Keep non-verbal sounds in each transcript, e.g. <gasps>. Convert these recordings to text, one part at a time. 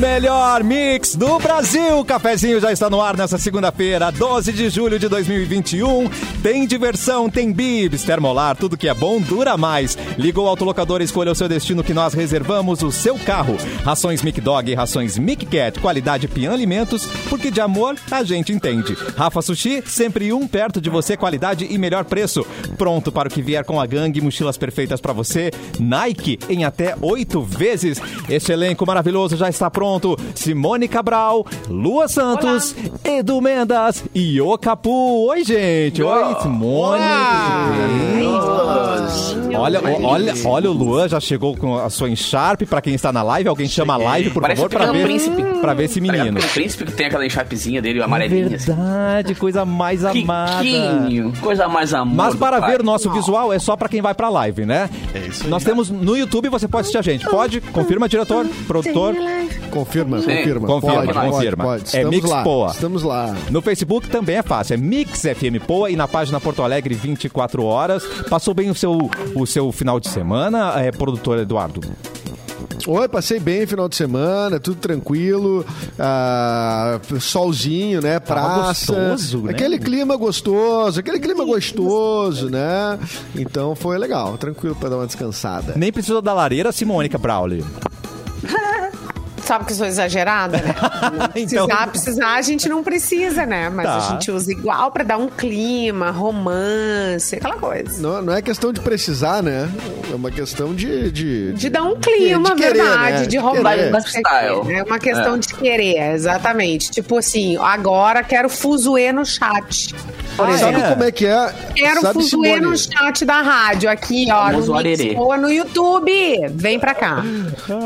melhor mix do Brasil. O cafezinho já está no ar nessa segunda-feira, 12 de julho de 2021. Tem diversão, tem bibs, termolar, tudo que é bom dura mais. Ligou o autolocador e escolha o seu destino que nós reservamos o seu carro. Rações Mic Dog e rações Mic Cat, qualidade Pian Alimentos, porque de amor a gente entende. Rafa Sushi, sempre um perto de você, qualidade e melhor preço. Pronto para o que vier com a gangue, mochilas perfeitas para você. Nike em até oito vezes. Esse elenco maravilhoso já está pronto. Simone Cabral, Lua Santos, Edu Mendas e Ocapu. Oi, gente. Oi, Simone. Gente. Olha, o- olha, olha o Luan já chegou com a sua encharpe. Para quem está na live, alguém chama a live, por Parece favor, que para é um ver, príncipe. pra ver esse Tá ligado? menino. Tem um príncipe que tem aquela enxapezinha dele, amarelinha. assim. Verdade, coisa mais amada. Quiquinho, coisa mais amor. Mas do para pai. ver o nosso visual é só para quem vai para live, né? É isso Nós temos no YouTube, você pode assistir a gente. Pode? Confirma, diretor, produtor. Confirma, Sim. confirma. Confirma, Pode, pode, confirma. pode. É Estamos Mix lá. Poa. Estamos lá. No Facebook também é fácil, é Mix FM Poa e na página Porto Alegre 24 horas. Passou bem o seu, o seu final de semana, é, produtor Eduardo? Oi, passei bem final de semana, é tudo tranquilo, ah, solzinho, né? Tava Praça. gostoso, né? Aquele clima gostoso, aquele clima gostoso, né? Então foi legal, tranquilo pra dar uma descansada. Nem precisou da lareira, Simônica Brawley. Sabe que eu sou exagerada, <laughs> né? Então- Precisar, precisar, a gente não precisa, né? Mas Tá. a gente usa igual pra dar um clima, romance, aquela coisa. Não, não é questão de precisar, né? É uma questão de. De, De dar um clima, de querer, verdade, né? de De romance. querer. Lifestyle. É uma questão É. de querer, exatamente. Tipo assim, agora quero fuzuê no chat. Por Ah, exemplo. Sabe É. como é que é? Quero Sabe, fuzuê Simone? no chat da rádio, aqui, ó. Famoso No, arerê. Mix, ou no YouTube. Vem pra cá.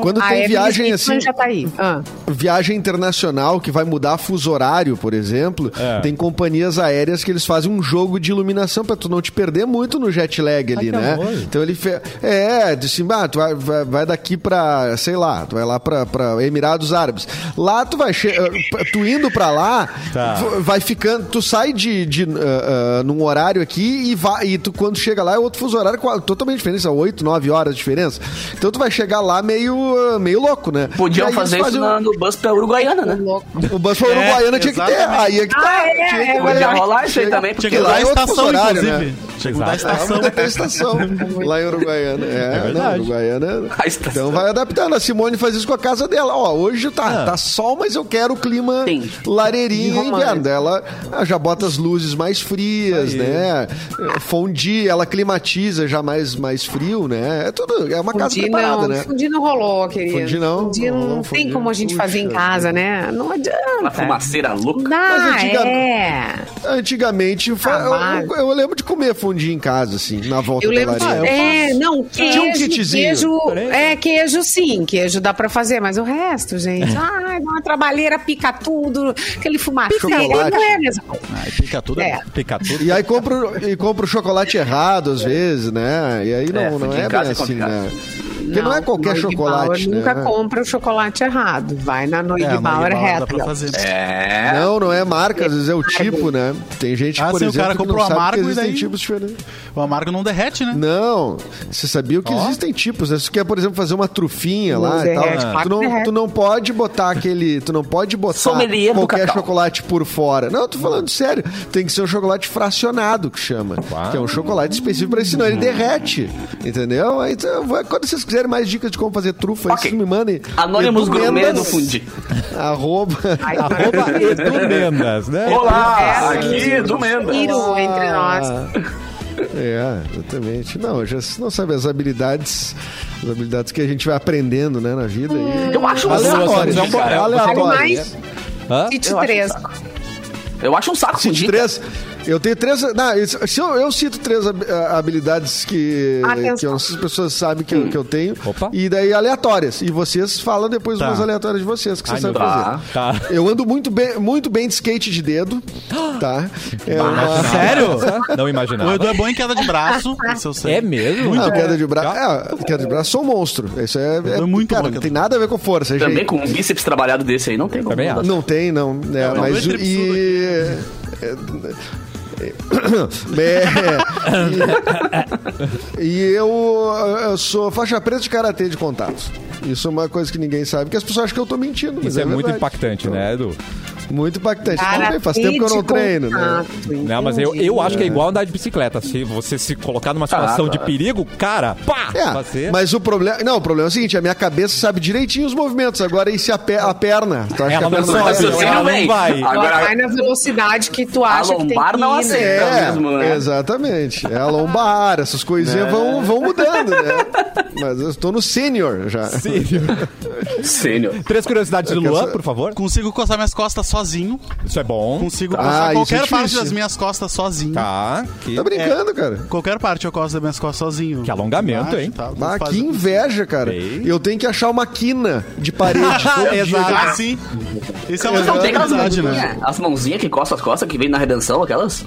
Quando A tem Evelyn viagem Hickman assim. é, já tá aí. Ah. viagem internacional que vai mudar fuso horário, por exemplo, É. tem companhias aéreas que eles fazem um jogo de iluminação pra tu não te perder muito no jet lag ali, que né? amor. Então ele fe... é, disse, ah, tu vai, vai, vai daqui pra, sei lá, tu vai lá pra, pra Emirados Árabes. Lá tu vai, che... eh, tu indo pra lá, Tá. tu vai ficando, tu sai de, de, ah, ah, num horário aqui e vai, e tu quando chega lá é outro fuso horário qual- totalmente diferente, são 8, 9 horas de diferença. Então tu vai chegar lá meio, ah, meio louco, né? E Podiam aí eles fazer isso fazem um- na- no bus pra Uruguaiana, né? o bus pra Uruguaiana tinha que ter. Aí é que tá. Ah, é, Tinha que é ter. Podia rolar isso aí também, porque Chega lá lá a é outro estação, horário, inclusive. Chega lá a É estação. Vai ter né? estação <laughs> lá em Uruguaiana. É, verdade. não, Uruguaiana. A estação. Então vai adaptando. A Simone faz isso com a casa dela. Ó, hoje tá, tá sol, mas eu quero o clima Sim. lareirinho e inverno. Ela ah, já bota as luzes mais frias, né? Fundir, ela climatiza já mais, mais frio, né? É tudo. É uma casa Fundir preparada, não, né? fundir não rolou, querido. Fundir não? Fundir não, Não, tem fundir- como a gente fazer em puxa. casa, né? Não adianta. Uma fumaceira louca. Não, Mas antiga- é. Antigamente, fa- Ah, eu, eu lembro de comer fundi em casa, assim, na volta Eu da lembro de... lareira. é, não, Ah, Tinha um queijo, kitzinho. queijo... É, queijo sim, queijo dá pra fazer, mas o resto, É. gente... Ai, dá uma trabalheira, pica tudo, aquele fumaceiro, Chocolate. não é a mesma coisa. Aí pica tudo. É. Picatura. E aí compra, e compra o chocolate errado, às vezes, né? E aí não É, é, fundi não em é bem casa é assim, complicado. né? Porque não, é qualquer no Noig chocolate, Bauer né? nunca compra o chocolate errado, vai na Noig É, Bauer Maria dá reto. pra fazer. É. Não, não é marca, às vezes é o tipo, né? Tem gente, Ah, por sim, o exemplo, cara que comprou não sabe que amargo e existem daí- tipos diferentes. O amargo não derrete, né? Não, você sabia que existem tipos, né? Se tu quer, por exemplo, fazer uma trufinha Não lá derrete, e tal, claro tu que não, derrete. tu não pode botar aquele, tu não pode botar Sommelier do qualquer cacau. chocolate por fora. Não, eu tô falando sério, tem que ser um chocolate fracionado que chama, que é um chocolate específico pra isso, senão ele derrete, entendeu? Aí, Então, vai- quando vocês quiserem mais dicas de como fazer trufa, aí Ok. vocês me mandem. Anônimos Edu Gourmet Mendas, do Fundi. Arroba... Ai, <laughs> Arroba Edu Mendas, né? Olá, É, Ah, aqui sim. Edu Mendes. Iru um entre nós. É, exatamente. Não, já não sabe as habilidades, as habilidades que a gente vai aprendendo, né, na vida. Hum. E... então, Eu acho um saco, Aleatórias, Fundi, é cara. aleatórias. Animais. Hã? City Eu acho 3. Eu acho um saco, Cite Fundi. três. Eu tenho três. Não, isso- se eu, eu cito três hab- ah, habilidades que, Atenção. que as pessoas sabem que, eu- que eu tenho. Opa. E daí aleatórias. E vocês falam depois Tá. umas aleatórias de vocês, que vocês meu sabem Deus. fazer. Tá. Eu ando muito bem, muito bem de skate <gasps> de dedo. Tá? É uma- Sério? Não O imaginava. Edu é bom em queda de braço. isso eu sei. É mesmo? Ah, Não, Muito queda de braço. É, queda de braço, sou um monstro. Isso é. é- Dou muito cara, boa não queda. tem nada a ver com força. é Também jeito. com um bíceps trabalhado desse aí, não tem como. Também mudar. acho. Não tem, não. É, Não, mas. não é o- e. <coughs> <coughs> É, e- e eu, eu sou faixa preta de karatê de contato. Isso é uma coisa que ninguém sabe, que as pessoas acham que eu tô mentindo. mas Isso é, muito verdade. impactante, né, Edu? Muito impactante. Tudo bem, faz tempo que eu não treino, né? Não, mas eu, eu acho que é igual andar de bicicleta. Se você se colocar numa situação de perigo, cara, pá! Ah, tá. É, você... mas o problema. Não, o problema é o seguinte: a minha cabeça sabe direitinho os movimentos. Agora, e se a, pe- a perna? Tu É, acha Ela que a não perna sabe. aceita? ela não vai. <laughs> Ah, Agora Agora, vai na velocidade que tu a acha que tem lombar que não ir, né? aceita É, mesmo, né? exatamente. É a lombar, essas coisinhas vão, vão mudando, né? Mas eu tô no sênior já. Sênior. Três curiosidades do Eu quero Luan, saber. por favor. Consigo coçar minhas costas sozinho. Isso é bom. Consigo Ah, coçar isso é qualquer difícil. parte das minhas costas sozinho. Tá. Que, Tá brincando, cara. Qualquer parte eu coço das minhas costas sozinho. Tá, que alongamento, Baixo, hein? tal, vou Ah, fazer- um que inveja, cara. Ei. Eu tenho que achar uma quina <laughs> de parede. Exato. Ah, sim. Isso é uma Mas Não tem aquelas verdade, né? mãozinhas, as mãozinhas que coçam as costas, que vem na redenção, aquelas?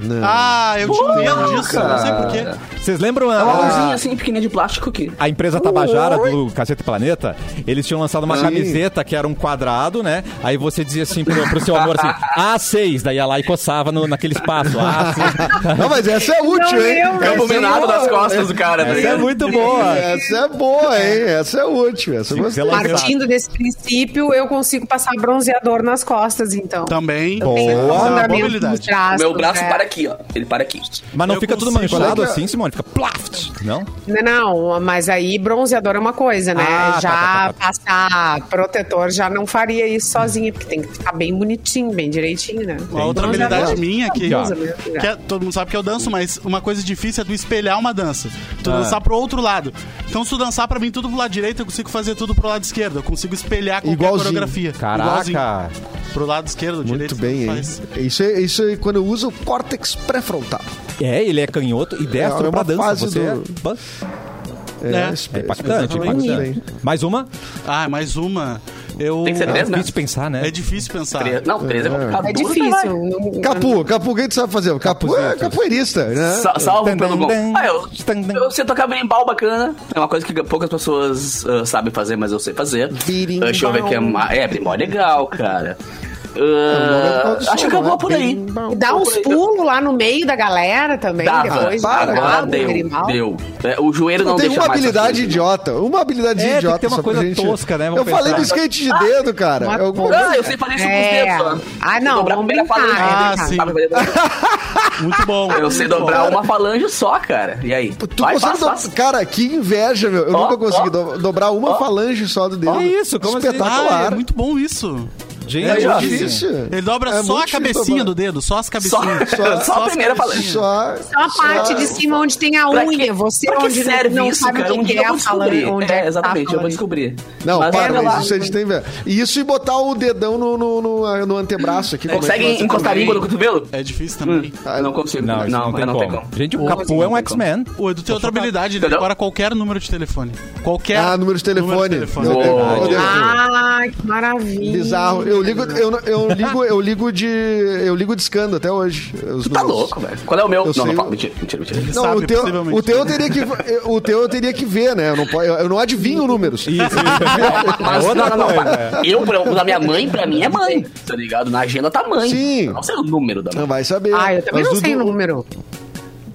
Não. Ah, eu tinha medo disso, não sei porquê. Vocês lembram Tá Ah. É uma a, mãozinha assim, pequenininha de plástico que... a empresa Tabajara do Cacete Planeta? Eles tinham lançado uma camiseta que era um quadrado, né? Aí você dizia assim pro, pro seu amor assim, A6, daí ia lá e coçava no, naquele espaço. <laughs> A6. Não, mas essa é útil, Não, hein? eu, mas- Campo minado das costas do cara, tá Essa é ligado? muito boa. Essa é boa, hein? Essa é útil. Essa eu gostei. Ela- Partindo desse princípio, eu consigo passar bronzeador nas costas, então. Tá Também. Eu tenho Boa. fundamento Boa nos habilidade. braços, Meu braço é. para aqui, ó. Ele para aqui. Mas não Eu fica tudo consigo. manchado Qual é que é? assim, Simone? Fica plaft, não? Não, não, mas aí bronzeador é uma coisa, né? Ah, tá, já tá, tá, tá. passar protetor já não faria isso sozinha, porque tem que ficar bem bonitinho, bem direitinho, né? Uma outra Bronzeador habilidade é minha que, maravilhosa mesmo, né? que é- todo mundo sabe que eu danço, mas uma coisa difícil é tu espelhar uma dança. Tu Ah. dançar pro outro lado. Então, se tu dançar pra mim tudo pro lado direito, eu consigo fazer tudo pro lado esquerdo. Eu consigo espelhar qualquer Igualzinho. coreografia. Caraca. Pro lado esquerdo, Muito direito. bem, tanto hein? faz. Isso é, isso é quando eu uso o córtex pré-frontal. É, ele é canhoto e destro É, é pra uma dança. fase Você do- é- Bã- Né? É. espe- É impactante, espetacular. Muito impactante. bem. Mais uma? Ah, mais uma. Eu... Tem que ser É três, né? difícil pensar, né? É difícil pensar. Ah, Três- Não, três é complicado. É Duas, vai. difícil. não- Capu, Capu, o que tu sabe fazer? O Capu é capoeirista, né? Sa- salvo pelo gol. Tan-tan-tan. Ah, eu, Tan-tan. eu sei tocar berimbau bacana. É uma coisa que poucas pessoas ah, sabem fazer, mas eu sei fazer. Berimbau. Ah, deixa eu ver o que é mais. É, berimbau é legal, cara. Ah, Não, acho que não, acabou né? por aí. Bem- bom. E Dá uns pulos lá no meio da galera também, Dava. depois. né? um para, Agora jogar no deu. grimau. Deu. É, o joelho não, tem deixa uma mais assim. habilidade fazer. idiota. Uma habilidade É, tem que idiota. ter uma só pra coisa gente... tosca, né? Eu Vamos falei pensar. do skate de dedo, cara. Uma É alguma porra. Ah, eu sei fazer isso É. com os dedos. só. Ah, não, Dobrar a vamos primeira brincar, falange. é Ah, brincar. sim. Sabe? <laughs> Muito bom. Eu sei dobrar uma falange só, cara. E aí? Tu consegue faz, do- faz. Cara, que inveja, meu. Eu Ó, nunca consegui ó. do- dobrar uma falange só do dedo. Que isso? Como assim? Ah, é Espetacular. muito bom isso. Gente, ó. assim, Ele dobra Tá É só a muito difícil cabecinha do dobrar. dedo, só as Só, cabecinhas. só, a as primeira cabecinhas. falange. Só, Só a é parte de cima onde tem a Pra unha. que- Você pra que onde serve não isso, sabe cara? o Um que dia é eu vou a falange. descobrir. Onde é, que tá a exatamente, eu vou falange. descobrir. Não, Mas para, olha lá. mas isso a gente tem ver. E Isso e botar o dedão no, no, no, no antebraço aqui. como é que Consegue faz? encostar a língua no cotovelo? É difícil também. Ah, não consigo. Não, isso não, tem não como. Gente, o Capu é um Não tem como. X-Men. O Edu tem outra habilidade, ele Entendeu? decora qualquer número de telefone. Qualquer. Ah, número de telefone. Boa. Meu Deus, meu Deus. Ah, que maravilha. Bizarro. Eu <laughs> ligo, eu, não- eu ligo, eu ligo de. Eu ligo de escândalo até hoje. os Tu tá números. louco, velho. Qual é o meu? Eu não, sei não o- fala. Mentira, mentira, mentira. Não, Sabe, o teu, possivelmente. o teu eu teria que o teu eu teria que ver, né? Eu não po- eu- eu não adivinho números. Mas, não, não, não, para. Eu, pra, da minha mãe, pra mim é mãe. Tá ligado? Na agenda tá mãe. Sim. Eu Não sei o número da Não mãe. vai saber. Ah, eu também Mas não o é sei du- o número.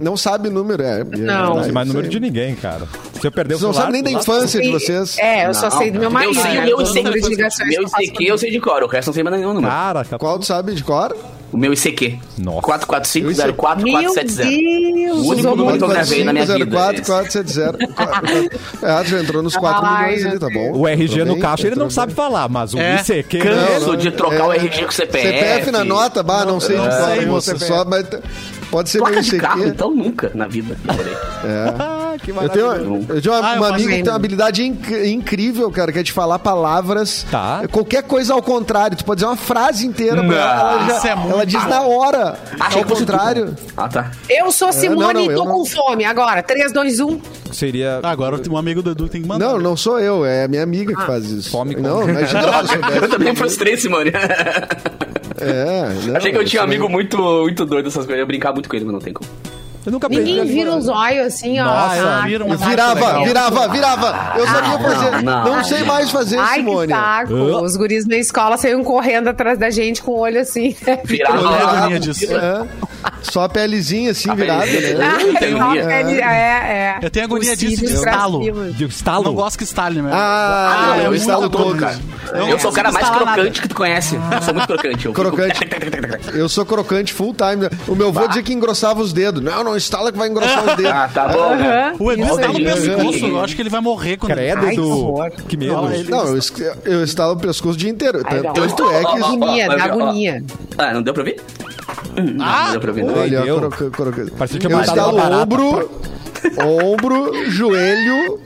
Não sabe número, é. Não. Não sei mais sei. número de ninguém, cara. Se eu perder o Vocês não celular... sabem nem da infância de vocês. É, eu só sei do meu Eu marido. sei o né? meu Todo número de ICQ. ligações Meu que eu faço ICQ eu sei de cor, o resto não sei mais nenhum número. Cara, Capu... Qual é tu sabe de cor? O meu ICQ. Nossa. 445-04470. Meu O Deus, único número que eu gravei na minha vida. 445 esse. 04 470. Ah, tu já entrou nos 4 Ai, milhões ali, meu tá bom? O RG no Entrou caixa bem, ele não entrou sabe bem. falar, mas o É, ICQ... cansa. né? Isso, de trocar o RG com CPF. CPF na nota, bah, não sei de Não sei, qual meu você CPF. só, mas t- pode ser Placa meio de carro, CQ. então nunca na vida. Ah, que Eu tenho, maravilha. eu tenho uma, Ah, eu uma faço amiga que tem mesmo. uma habilidade inc- incrível, cara, que é de falar palavras. Tá. Qualquer coisa ao contrário. Tu pode dizer uma frase inteira pra ela. Ela, já- Isso é muito ela diz bom. Ah, na hora. Achei ao que fosse contrário. tudo. Ah, tá. Eu sou Simone É, não, e eu tô não. com fome. Agora, um. 3, 2, 1. Seria... Ah, Agora um amigo do Edu tem que mandar. Não, não sou eu, é a minha amiga Ah. que faz isso. fome com- <laughs> não, imagina ela Eu soubesse. <laughs> também frustrei, Simone. <laughs> É, não, Achei que eu um tinha um também- é amigo muito, muito doido essas coisas. Eu ia brincar muito com ele, mas não tem como. Eu nunca aprendi um. Ninguém a vira língua. os olhos assim, ó. Nossa, Ah, vira que uma- saco. Virava, legal. virava, virava. Eu sabia não, fazer. Não, Ah, não. sei mais fazer, Ai, Simone. que saco. Os guris na escola saíam correndo atrás da gente com o olho assim. <laughs> Virar Eu tenho agonia uma disso. É. Só a pelezinha assim, virada, né? Ah, Ai, tenho nossa, agonia. é, é, é. Eu tenho agonia Os disso de cílios pra estalo. cima. De estalo? Tá, Não gosto que né? estalhe, mesmo. Ah, Ah, não, eu eu instalo estalo todo, todos. cara. Eu Eu, não sou o cara consigo mais instalar nada. crocante que tu conhece. Eu sou muito crocante. Eu fico- Crocante. Eu sou crocante full time. O meu avô dizia que engrossava os dedos. Não, não instala que vai engrossar os dedos. <laughs> Ah, tá bom. Aham. O Edu tá Isso está no né? aí. pescoço, eu acho que ele vai morrer quando ele- Credo, Ai, que Edu. horror. Que medo. Não, ele- Não, eu, es- eu estalo o pescoço o dia inteiro. não. Tanto é que. isso- Agonia, Ó, ó, ó, ó. agonia. Ah, não deu pra ouvir? Hum, não, Ah, não deu pra ouvir. não. Olha, Ai, deu. croca- croca- Parecia que tinha Eu matado estalo uma barata. ombro, ombro, joelho.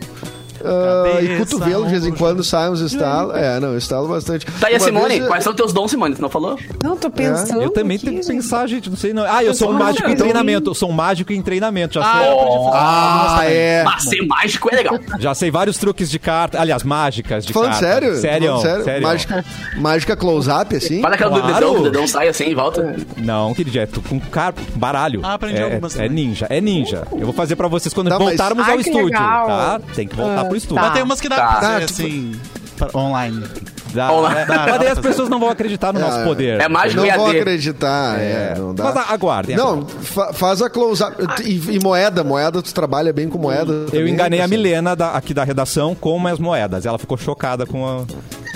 ah, e Cabeça, cotovelo, de vez em ombro, quando sai uns estalos. É, não, eu estalo bastante. Tá aí a Uma Simone. vez eu- Quais são teus dons, Simone? Tu não falou? Não, tô pensando. Eu também aqui, né? tenho que gente. pensar, gente. Não sei não. Ah, eu sou um Então, mágico em então- treinamento. Eu sou um mágico em treinamento. Já Ah, sei. eu aprendi a fazer. Ah, é. Mas ser mágico é legal. Já sei vários truques de carta. Aliás, mágicas de Falando carta. sério? Sério? Falando sério? Mágica, mágica close-up, assim? Faz aquela do Claro. dedão, o dedão sai assim e volta. Não, querido, é tu- com car... baralho. Ah, aprendi é, algumas é também. ninja, é ninja. Eu vou fazer pra vocês quando Tá, mas- voltarmos Ai, ao que estúdio, legal. tá? Tem que voltar Ah, pro estúdio. Mas tem umas que dá Tá. pra fazer, Ah, tu- assim, pra- online. Dá, Olá. né? Dá, Mas daí dá as pra pessoas não vão acreditar no nosso poder. É mágico Não e vou AD. acreditar. É, não dá. Mas a- aguardem. Não, fa- faz a close-up. E, e moeda, moeda, tu trabalha bem com moeda. Eu também, enganei a pessoal. Milena da- aqui da redação com as moedas. Ela ficou chocada com, a,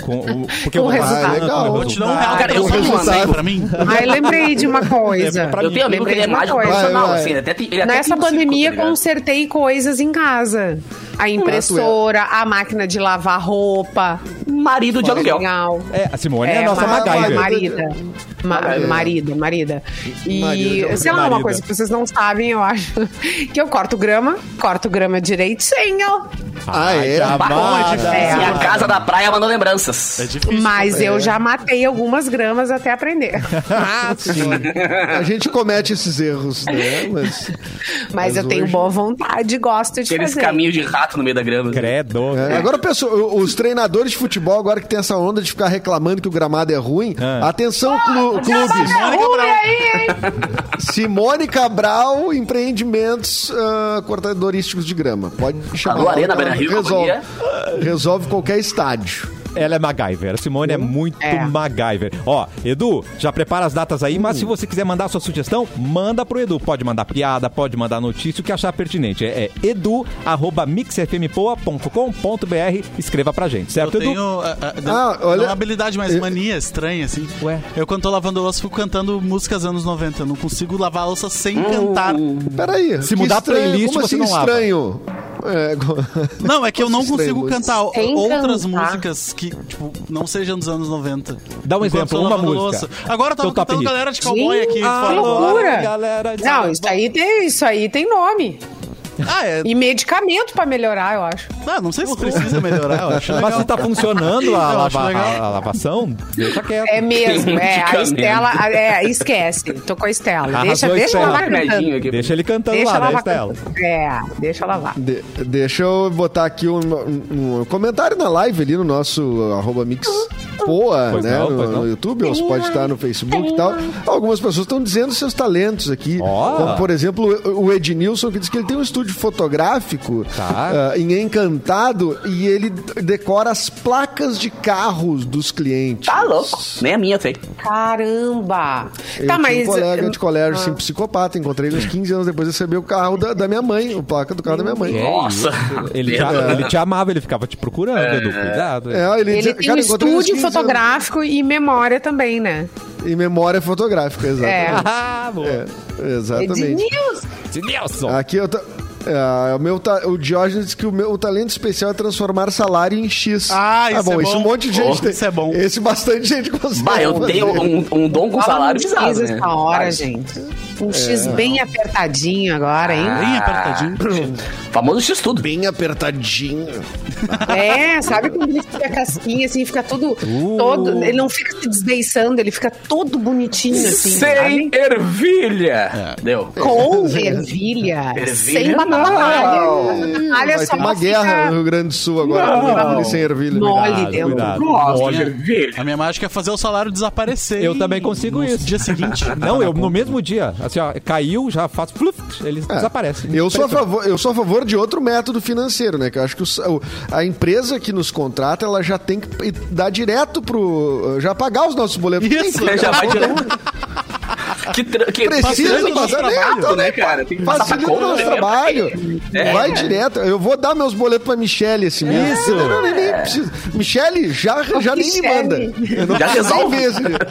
com o. Porque Com o eu- resultado. Ah, legal. com o Vou te dar um real cara, pra eu você sou mandar aí resultado. pra mim. <laughs> Ai, lembrei de uma coisa. pra Eu tenho amigo que Lembrei ele de é uma mágico coisa. profissional, Vai, vai. assim. Ele até, tem- ele até Nessa tem um circo, pandemia, tá ligado? consertei coisas em casa. A impressora, a máquina de lavar roupa. Marido de aluguel. Legal. É, a Simone é, a É, nossa ma- MacGyver. Marida. Ma- Marida. marida, marida. E Marida. sei lá, Marida. uma coisa que vocês não sabem, eu acho. <laughs> Que eu corto grama, corto grama direitinho. Ah, é? Bah, Amada. É. E a casa da praia mandou lembranças. É difícil. Mas eu já matei algumas gramas até aprender. A gente comete esses erros, né? Mas, Mas eu tenho hoje- boa vontade e gosto de Aqueles fazer. caminhos de rato no meio da grama. Credo. É, Agora, pessoal, os treinadores de futebol, agora que tem essa onda de ficar reclamando que o gramado é ruim, Ah. atenção, clu- clubes. Trabalha ruim aí, hein? Simone Cabral, empreendimentos ah, cortadorísticos de grama. Pode chamar. Alô, Arena Ela Beira Rio, resolve, resolve qualquer estádio. Ela é MacGyver. A Simone é muito É. MacGyver. Ó, Edu, já prepara as datas aí, mas se você quiser mandar sua sugestão, manda pro Edu. Pode mandar piada, pode mandar notícia, o que achar pertinente. É, é edu.mixfmpoa.com.br. Escreva pra gente, certo, Eu Edu? tenho ah, ah, não- Ah, não olha- uma habilidade, mas Eu- mania estranha, assim. Ué? Eu, quando tô lavando louça, fico cantando músicas anos 90. Eu não consigo lavar a louça sem Hum. cantar. Peraí. Se que mudar a estranho, playlist, como você assim não lava. estranho? É, go- <laughs> Não, é que eu não Estranho, consigo mas- cantar o- Sem outras cantar. músicas que, tipo, não sejam dos anos 90. Dá um Enquanto exemplo, tô uma lavando música. Agora eu tava Teu top cantando hit. galera de cowboy Gente, aqui que fora. loucura. galera. Não, isso aí tem, isso aí tem nome. Ah, é. E medicamento pra melhorar, eu acho. Ah, não sei se precisa melhorar, eu acho Mas legal. se tá funcionando <laughs> a, Eu acho lava- legal. a- a lavação, deixa quieto. É mesmo, é. A Medicamento. Estela, a- é, esquece. Tô com a Estela. Arrasou, deixa, deixa Estela. ela lavar Remedinho cantando. aqui. Deixa ele Então cantando Deixa lá, ela né, lavar Estela? cantando. É, deixa ela lavar. De- deixa eu botar aqui um, um- um comentário na live ali no nosso uh, arroba mix Poa, Pois né? não, no, pois não. no YouTube, ou você pode estar no Facebook e tal. Algumas pessoas estão dizendo seus talentos aqui. Ó. Como, por exemplo, o o Ednilson, que diz que ele tem um estúdio fotográfico Tá. uh, em Encantado e ele decora as placas de carros dos clientes. Tá louco. Nem a minha, eu sei. Caramba! Eu tá, tinha mas. um colega de colégio, assim, psicopata. Encontrei ele uns 15 anos depois de receber o carro da, da minha mãe, a placa do carro da minha mãe. Nossa. <laughs> Ele te, ele te amava, ele ficava te procurando, Edu. Cuidado. É, ele, Ele dizia, tem cara, um encontrei ele aos 15 estúdio anos. fotográfico e memória também, né? E memória fotográfica, exatamente. Ah, boa. É. exatamente. Ednilson! Ednilson. Aqui eu ta- é, o, meu ta- o Diógenes disse que o meu o talento especial é transformar salário em X. Ah, isso é Isso bom. um monte de gente Oh, tem. isso é bom. Esse bastante gente consegue. Bah, eu fazer. tenho um, um dom com salário Fala bizarro, muito X né? essa hora, Vai. gente. Um X bem apertadinho agora, hein? Bem apertadinho. ah, <laughs> Famoso X tudo. Bem apertadinho. É, sabe quando ele fica casquinha, assim, fica todo, todo. Ele não fica se desbeiçando, ele fica todo bonitinho, assim. Sem sabe? ervilha. Deu. Com ervilha, Ervilha sem não. batalha. Vai Olha ter só, uma guerra no Rio Grande do Sul agora. Não. Sem ervilha. mole Hum, deu. Cuidado. Nossa, Olha. ervilha. A minha mágica é fazer o salário desaparecer. Eu e também consigo no isso. dia <laughs> seguinte. Não, eu no mesmo dia, assim, ó, caiu, já faço, fluf, ele É. desaparece. Eu sou, a favor, eu sou a favor de outro método financeiro, né? Que eu acho que o sa- o- a empresa que nos contrata, ela já tem que dar direto pro. já pagar os nossos boletos. Isso, Tem que- né? Já <laughs> vai direto. Que, tra- que Precisa que passar trabalho, dentro, né, cara? Tem que passar pra Facilita o conta, nosso né? trabalho. É. Vai direto. Eu vou dar meus boletos pra Michelle esse mês. Isso. Não, não, nem, nem precisa. Michelle, já, já nem me Michele. manda. Eu não Já preciso resolve. nem ver esse livro.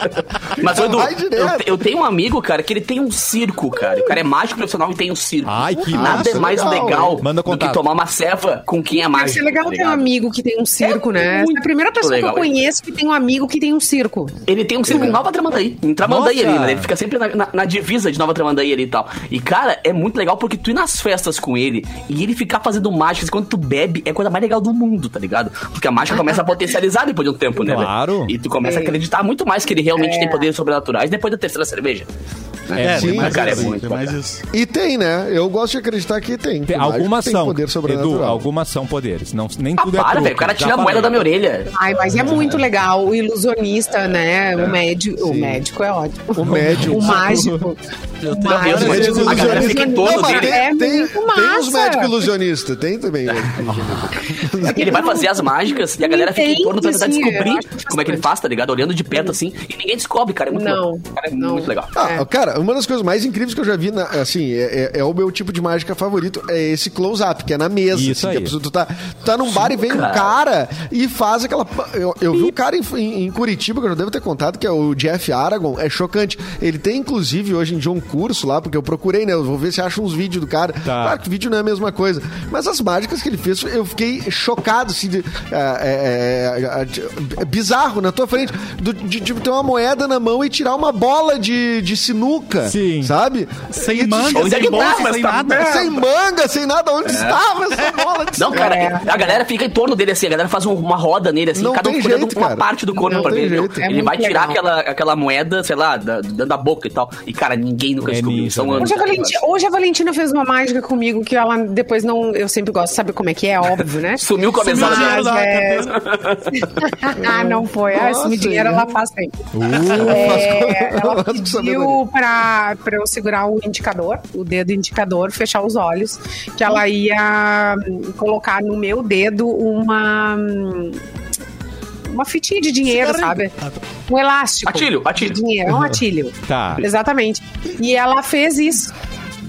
Mas, Já Edu, vai eu, direto. eu tenho um amigo, cara, que ele tem um circo, cara. O cara é mágico profissional e tem um circo. Ai, que Nada massa, é mais legal. legal, Manda do que contato. tomar uma ceva com quem é Deve ser mágico. legal tá ter um ligado? amigo que tem um circo, É né? Você é muito a primeira pessoa legal que eu isso. conheço que tem um amigo que tem um circo. Ele tem um circo em Nova Tramandaí. Em Tramandaí Nossa! ali, né? Ele fica sempre na, na- na divisa de Nova Tramandaí ali e tal. E, cara, é muito legal porque tu ir nas festas com ele e ele ficar fazendo mágicas quando tu bebe é a coisa mais legal do mundo, tá ligado? Porque a mágica começa a potencializar depois de um tempo, né? velho? Claro. E tu começa a acreditar muito mais que ele realmente É. tem poderes sobrenaturais depois da terceira cerveja. É, Sim, tem mais cara, é isso, muito tem mais bacana. isso. E tem, né? Eu gosto de acreditar que Tem- tem. Que algumas mágico tem são. poder sobrenatural. Edu, algumas são poderes. Não, nem Ah, tudo é para, truque, velho. O cara já tira a falei. moeda da minha orelha. Ai, mas é muito legal. O ilusionista, né? O médico. O médico é ótimo. É. O médium. O mágico. Eu O tenho mágico. várias vezes A galera fica em torno Não, dele. mas tem, É tem, muito tem uns massa. médicos ilusionistas, tem também. né? É Ele vai fazer as mágicas e a galera fica em torno pra tentar Entende, sim, eu descobrir acho que como é que ele faz, tá ligado? Olhando de perto assim. E ninguém descobre, cara. É muito Não, louco. Cara, é não. muito legal. Ah, É. Cara, uma das coisas mais incríveis que eu já vi, na- assim, é, é- é o meu tipo de mágica favorito, é esse close-up, que é na mesa. Isso assim, que a aí. pessoa- tu tá, tu tá num bar e vem um cara e faz aquela. pa- Eu, eu vi um cara em, em- em Curitiba, que eu já devo ter contado, que é o Jeff Aragon, é chocante. Ele tem, inclusive, hoje em dia um curso lá, porque eu procurei, né? Eu vou ver se acho uns vídeos do cara. Tá. Claro que vídeo não é a mesma coisa. Mas as mágicas que ele fez, eu fiquei chocado, assim, de, é, é, é, é bizarro na tua frente. do- de, de ter uma moeda na mão e tirar uma bola de, de sinuca. Sim. Sabe? E Sem tu- manga, Onde é sem que tá? bolsa, Mas sem tá nada. É. merda. Sem manga, sem nada, onde estava essa bola de Não, sinuca? cara, É. a galera fica em torno dele assim, a galera faz um- uma roda nele assim, Não cada um tem fica olhando jeito, uma cara. parte do corpo Não pra tem ver. entendeu? jeito. É Ele muito vai tirar legal. aquela, aquela moeda, sei lá, da, da, da boca e tal. E, cara, ninguém nunca É descobriu. nisso, São né? anos. Hoje a, cara, Valentina, mas- hoje a Valentina fez uma mágica comigo que ela depois não. Eu sempre gosto de saber como é que é, óbvio, né? Sumiu com a Sumiu mesada o dinheiro dela. da é. carteira. ah, não foi. Ah, Nossa, esse dinheiro né? ela faz sempre. <laughs> faz É, com- <laughs> ela faz com sabedoria. pediu pra, pra eu segurar o indicador, o dedo indicador, fechar os olhos, que ela ia hum, colocar no meu dedo uma. hum, Uma fitinha de dinheiro, Cigarrinho. sabe? Um elástico. Atilho, atilho. De dinheiro, é um atilho. Tá. Exatamente. E ela fez isso.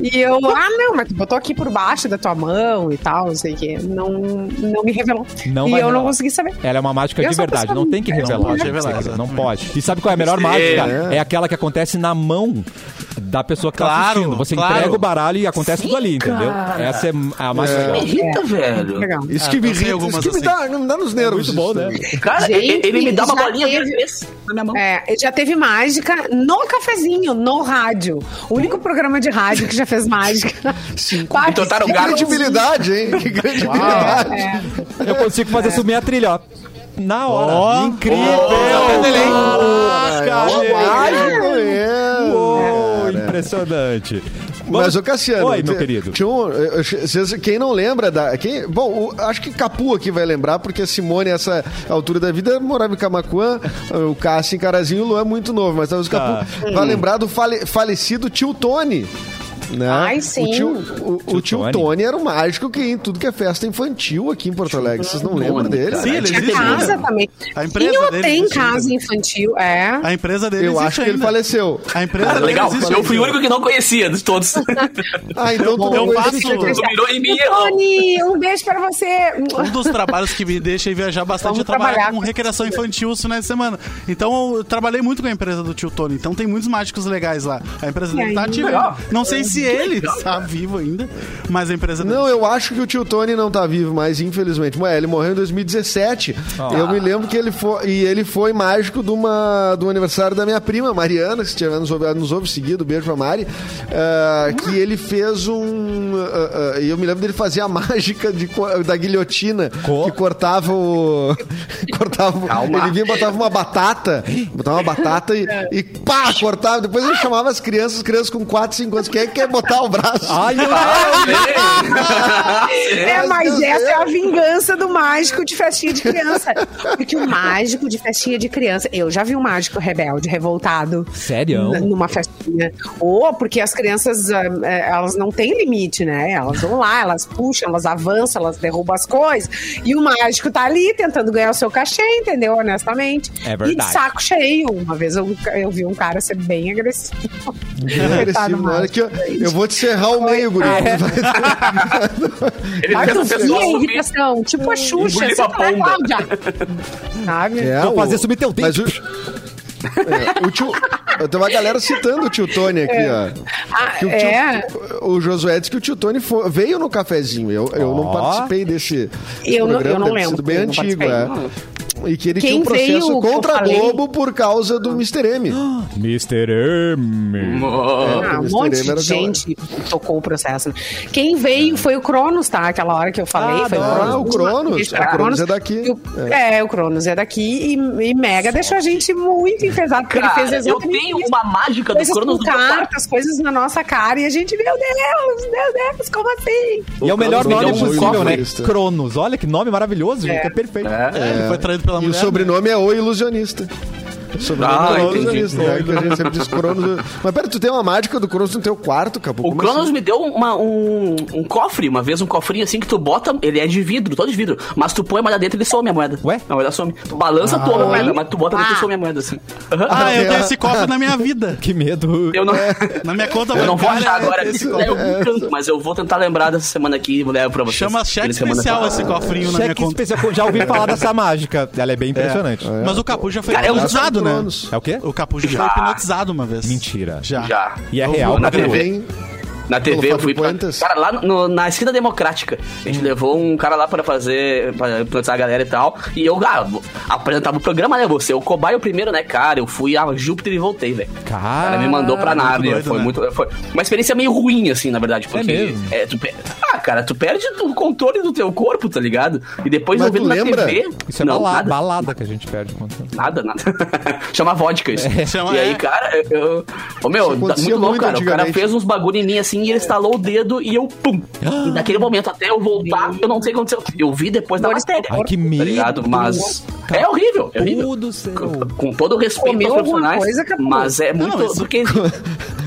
E eu, ah, não, mas tu botou aqui por baixo da tua mão e tal, não sei o quê. Não, não me revelou. Não e eu vai revelar. não consegui saber. Ela é uma mágica Eu de sou verdade, pessoa- não tem que É, revelar. não pode revelar, segredo, não exatamente. pode. E sabe qual é a melhor mágica? É. É aquela que acontece na mão da pessoa que tá Claro, assistindo. Você claro. entrega o baralho e acontece tudo ali, entendeu? Essa é a mágica. Me irrita, velho. Legal. Isso Ah, que me eu sei irrita, isso algumas que me dá, me dá nos muito nervos. bom, isso né? também. Cara, Gente, ele, ele me dá uma já bolinha teve- de vez na minha mão. É, já teve mágica no cafezinho, no rádio. O único programa de rádio que já fez <laughs> mágica. Quatro, Então tá Entortaram o Que cinco, gato. credibilidade, hein? Que credibilidade. É, Eu consigo fazer subir a trilha, ó. Na hora. Ó. tá Incrível! Mágico, é. Uou, impressionante. Mas, ô Cassiano, Oi, meu te- querido. tinha um- eu- eu- vocês- quem não lembra da. Quem, bom, o- acho que Capu aqui vai lembrar, porque a Simone, essa altura da vida, morava em Camacuã, o Cássio em Carazinho, o Luan é muito novo, mas talvez o Capu vai lembrar do fale- falecido tio Tony. Né? Ai, sim. O tio, o- o Tio tio Tony. Tony era um mágico que ia em tudo que é festa infantil aqui em Porto Alegre. Vocês não lembram Tony, dele? cara. Sim, ele Tinha existe né? casa ainda. também. A empresa Tinha ou dele tem existe casa ainda. infantil, é. A empresa dele Eu existe acho que ele ainda. faleceu. A empresa Cara, dele legal. existe Eu fui o ainda. único que não conhecia de <laughs> todos. Ah, então tu eu não conhecia faço- o tio Tony. Tu mirou em mim, ó. Tony, um beijo pra você. Um dos trabalhos que me deixa ir viajar bastante Vamos é trabalhar, trabalhar com com recreação infantil os finais de semana. Então eu trabalhei muito com a empresa do tio Tony, então tem muitos mágicos legais lá. A empresa dele tá ativa. Legal. Não sei se ele está vivo ainda, mas a empresa Não, eu acho que o tio Tony não tá vivo mais, infelizmente. Ué, ele morreu em 2017. Eu me lembro que ele foi. E ele foi mágico de uma, do aniversário da minha prima, Mariana, que se tiver nos ouve, nos ouve seguido, beijo pra Mari. ah, que ele fez um. ah, ah, E eu me lembro dele fazer a mágica de co- da guilhotina Co- que cortava o. <laughs> cortava. Calma. Ele vinha e botava uma batata. Botava uma batata e, e pá, cortava. Depois ele chamava as crianças, as crianças com 4, 5 anos. Quem é que quer botar o braço? Ai, eu... É, Mas mas Deus essa Deus. é a vingança do mágico de festinha de criança. Porque o mágico de festinha de criança. Eu já vi um mágico rebelde, revoltado. Sério? n- Numa festinha. Ou porque as crianças, ah, eh, elas não têm limite, né? Elas vão lá, elas puxam, elas avançam, elas derrubam as coisas. E o mágico tá ali tentando ganhar o seu cachê, entendeu? Honestamente. É verdade. E de saco cheio. Uma vez eu, eu vi um cara ser bem agressivo. Tá Bem agressivo, né? Coitado do na hora que eu, eu vou te serrar o meio, guri. Ele fez o Mas tu via pessoal a subir. irritação, tipo a Xuxa, Engoliu assim, a né, pomba. Cláudia? Sabe? Vou o- fazer subir teu dente. Mas o, é, o tio. Tem uma galera citando o tio Tony aqui, ó. Ah, Que o, tio- é, o Josué disse que o tio Tony foi- veio no cafezinho. Eu, eu não Ó. participei desse, desse Eu não- eu programa, não deve ter lembro, sido bem eu não antigo, é. E que ele Quem tinha um processo veio que eu contra a falei? Globo por causa do Mr. M. Mr. M. Mo- ah, um Mr. monte M era de gente tocou o processo. né? Quem veio foi o Cronos, tá? Aquela hora que eu falei. Ah, foi não, o Cronos. Era O Cronos é daqui. E o- É. o Cronos é daqui. E, e Mega deixou a gente muito enfesado, porque ele fez Cara, eu exatamente tenho isso. uma mágica do Coisas com um Cronos do Catar. cartas, coisas na nossa cara, e a gente, meu Deus, meu Deus, como assim? E é o melhor Cronos nome me deu um possível, copo né? isso. Cronos. Olha que nome maravilhoso, gente. É perfeito. Ele foi traído pela E o mulher. sobrenome é O Ilusionista. O sobrenome Ah, é O entendi. Ilusionista, né? Que a gente sempre diz Cronos. Mas pera, tu tem uma mágica do Cronos no teu quarto, Capu? O Como Cronos assim? me deu uma- um, um cofre, uma vez um cofrinho assim que tu bota, ele é de vidro, todo de vidro, mas tu põe a moeda dentro e ele some a moeda. Ué? A moeda some. Tu balança, toma a moeda, mas tu bota Ah. dentro e some a moeda assim. Aham. Ah, eu é. tenho esse cofre na minha vida. Que medo. Eu não, Na minha conta eu não vou bancária, achar agora esse em cofre. algum canto, mas eu vou tentar lembrar dessa semana aqui e levo pra vocês. Chama cheque Ele semana especial passada. esse cofrinho na minha Cheque conta. especial. Já ouvi falar dessa mágica. Ela é bem impressionante. É, Mas o Capu já foi Cara, é um hipnotizado, né? Cronos. o quê? O Capu já foi Já. hipnotizado uma vez. Mentira. Já. Já. E é Eu real. vou na pra TV. caramba. Vem Na TV Pelo eu fui Fábio pra, Puentes? Cara, lá no- na esquina democrática. A gente levou um cara lá pra fazer. pra implantar a galera e tal. E eu ah, vou- apresentava o programa, né? Você, o cobaia o primeiro, né, cara? Eu fui a Júpiter e voltei, velho. Cara, Ela me mandou pra muito nave. doido, foi né? muito. Foi uma experiência meio ruim, assim, na verdade. Porque. mesmo? é, tu per- Ah, cara, tu perde o controle do teu corpo, tá ligado? E depois Mas eu vendo tu na lembra? TV. Isso é não, balada, nada. balada que a gente perde. quando- Nada, <laughs> nada. Chama vodka isso. Chama- e é. aí, cara, eu- eu. Ô, meu, Isso tá acontecia muito louco, muito cara. O cara antigamente. fez uns bagulho em mim assim e ele estalou o dedo e eu, pum. E naquele momento, até eu voltar, eu não sei o que aconteceu. Eu vi depois na matéria. Ai, que Tá ligado? medo. Mas. É horrível, é horrível. Tudo céu. Com- Com todo o respeito Comeu aos alguma profissionais, coisa, Capu? mas é muito. isso- Porque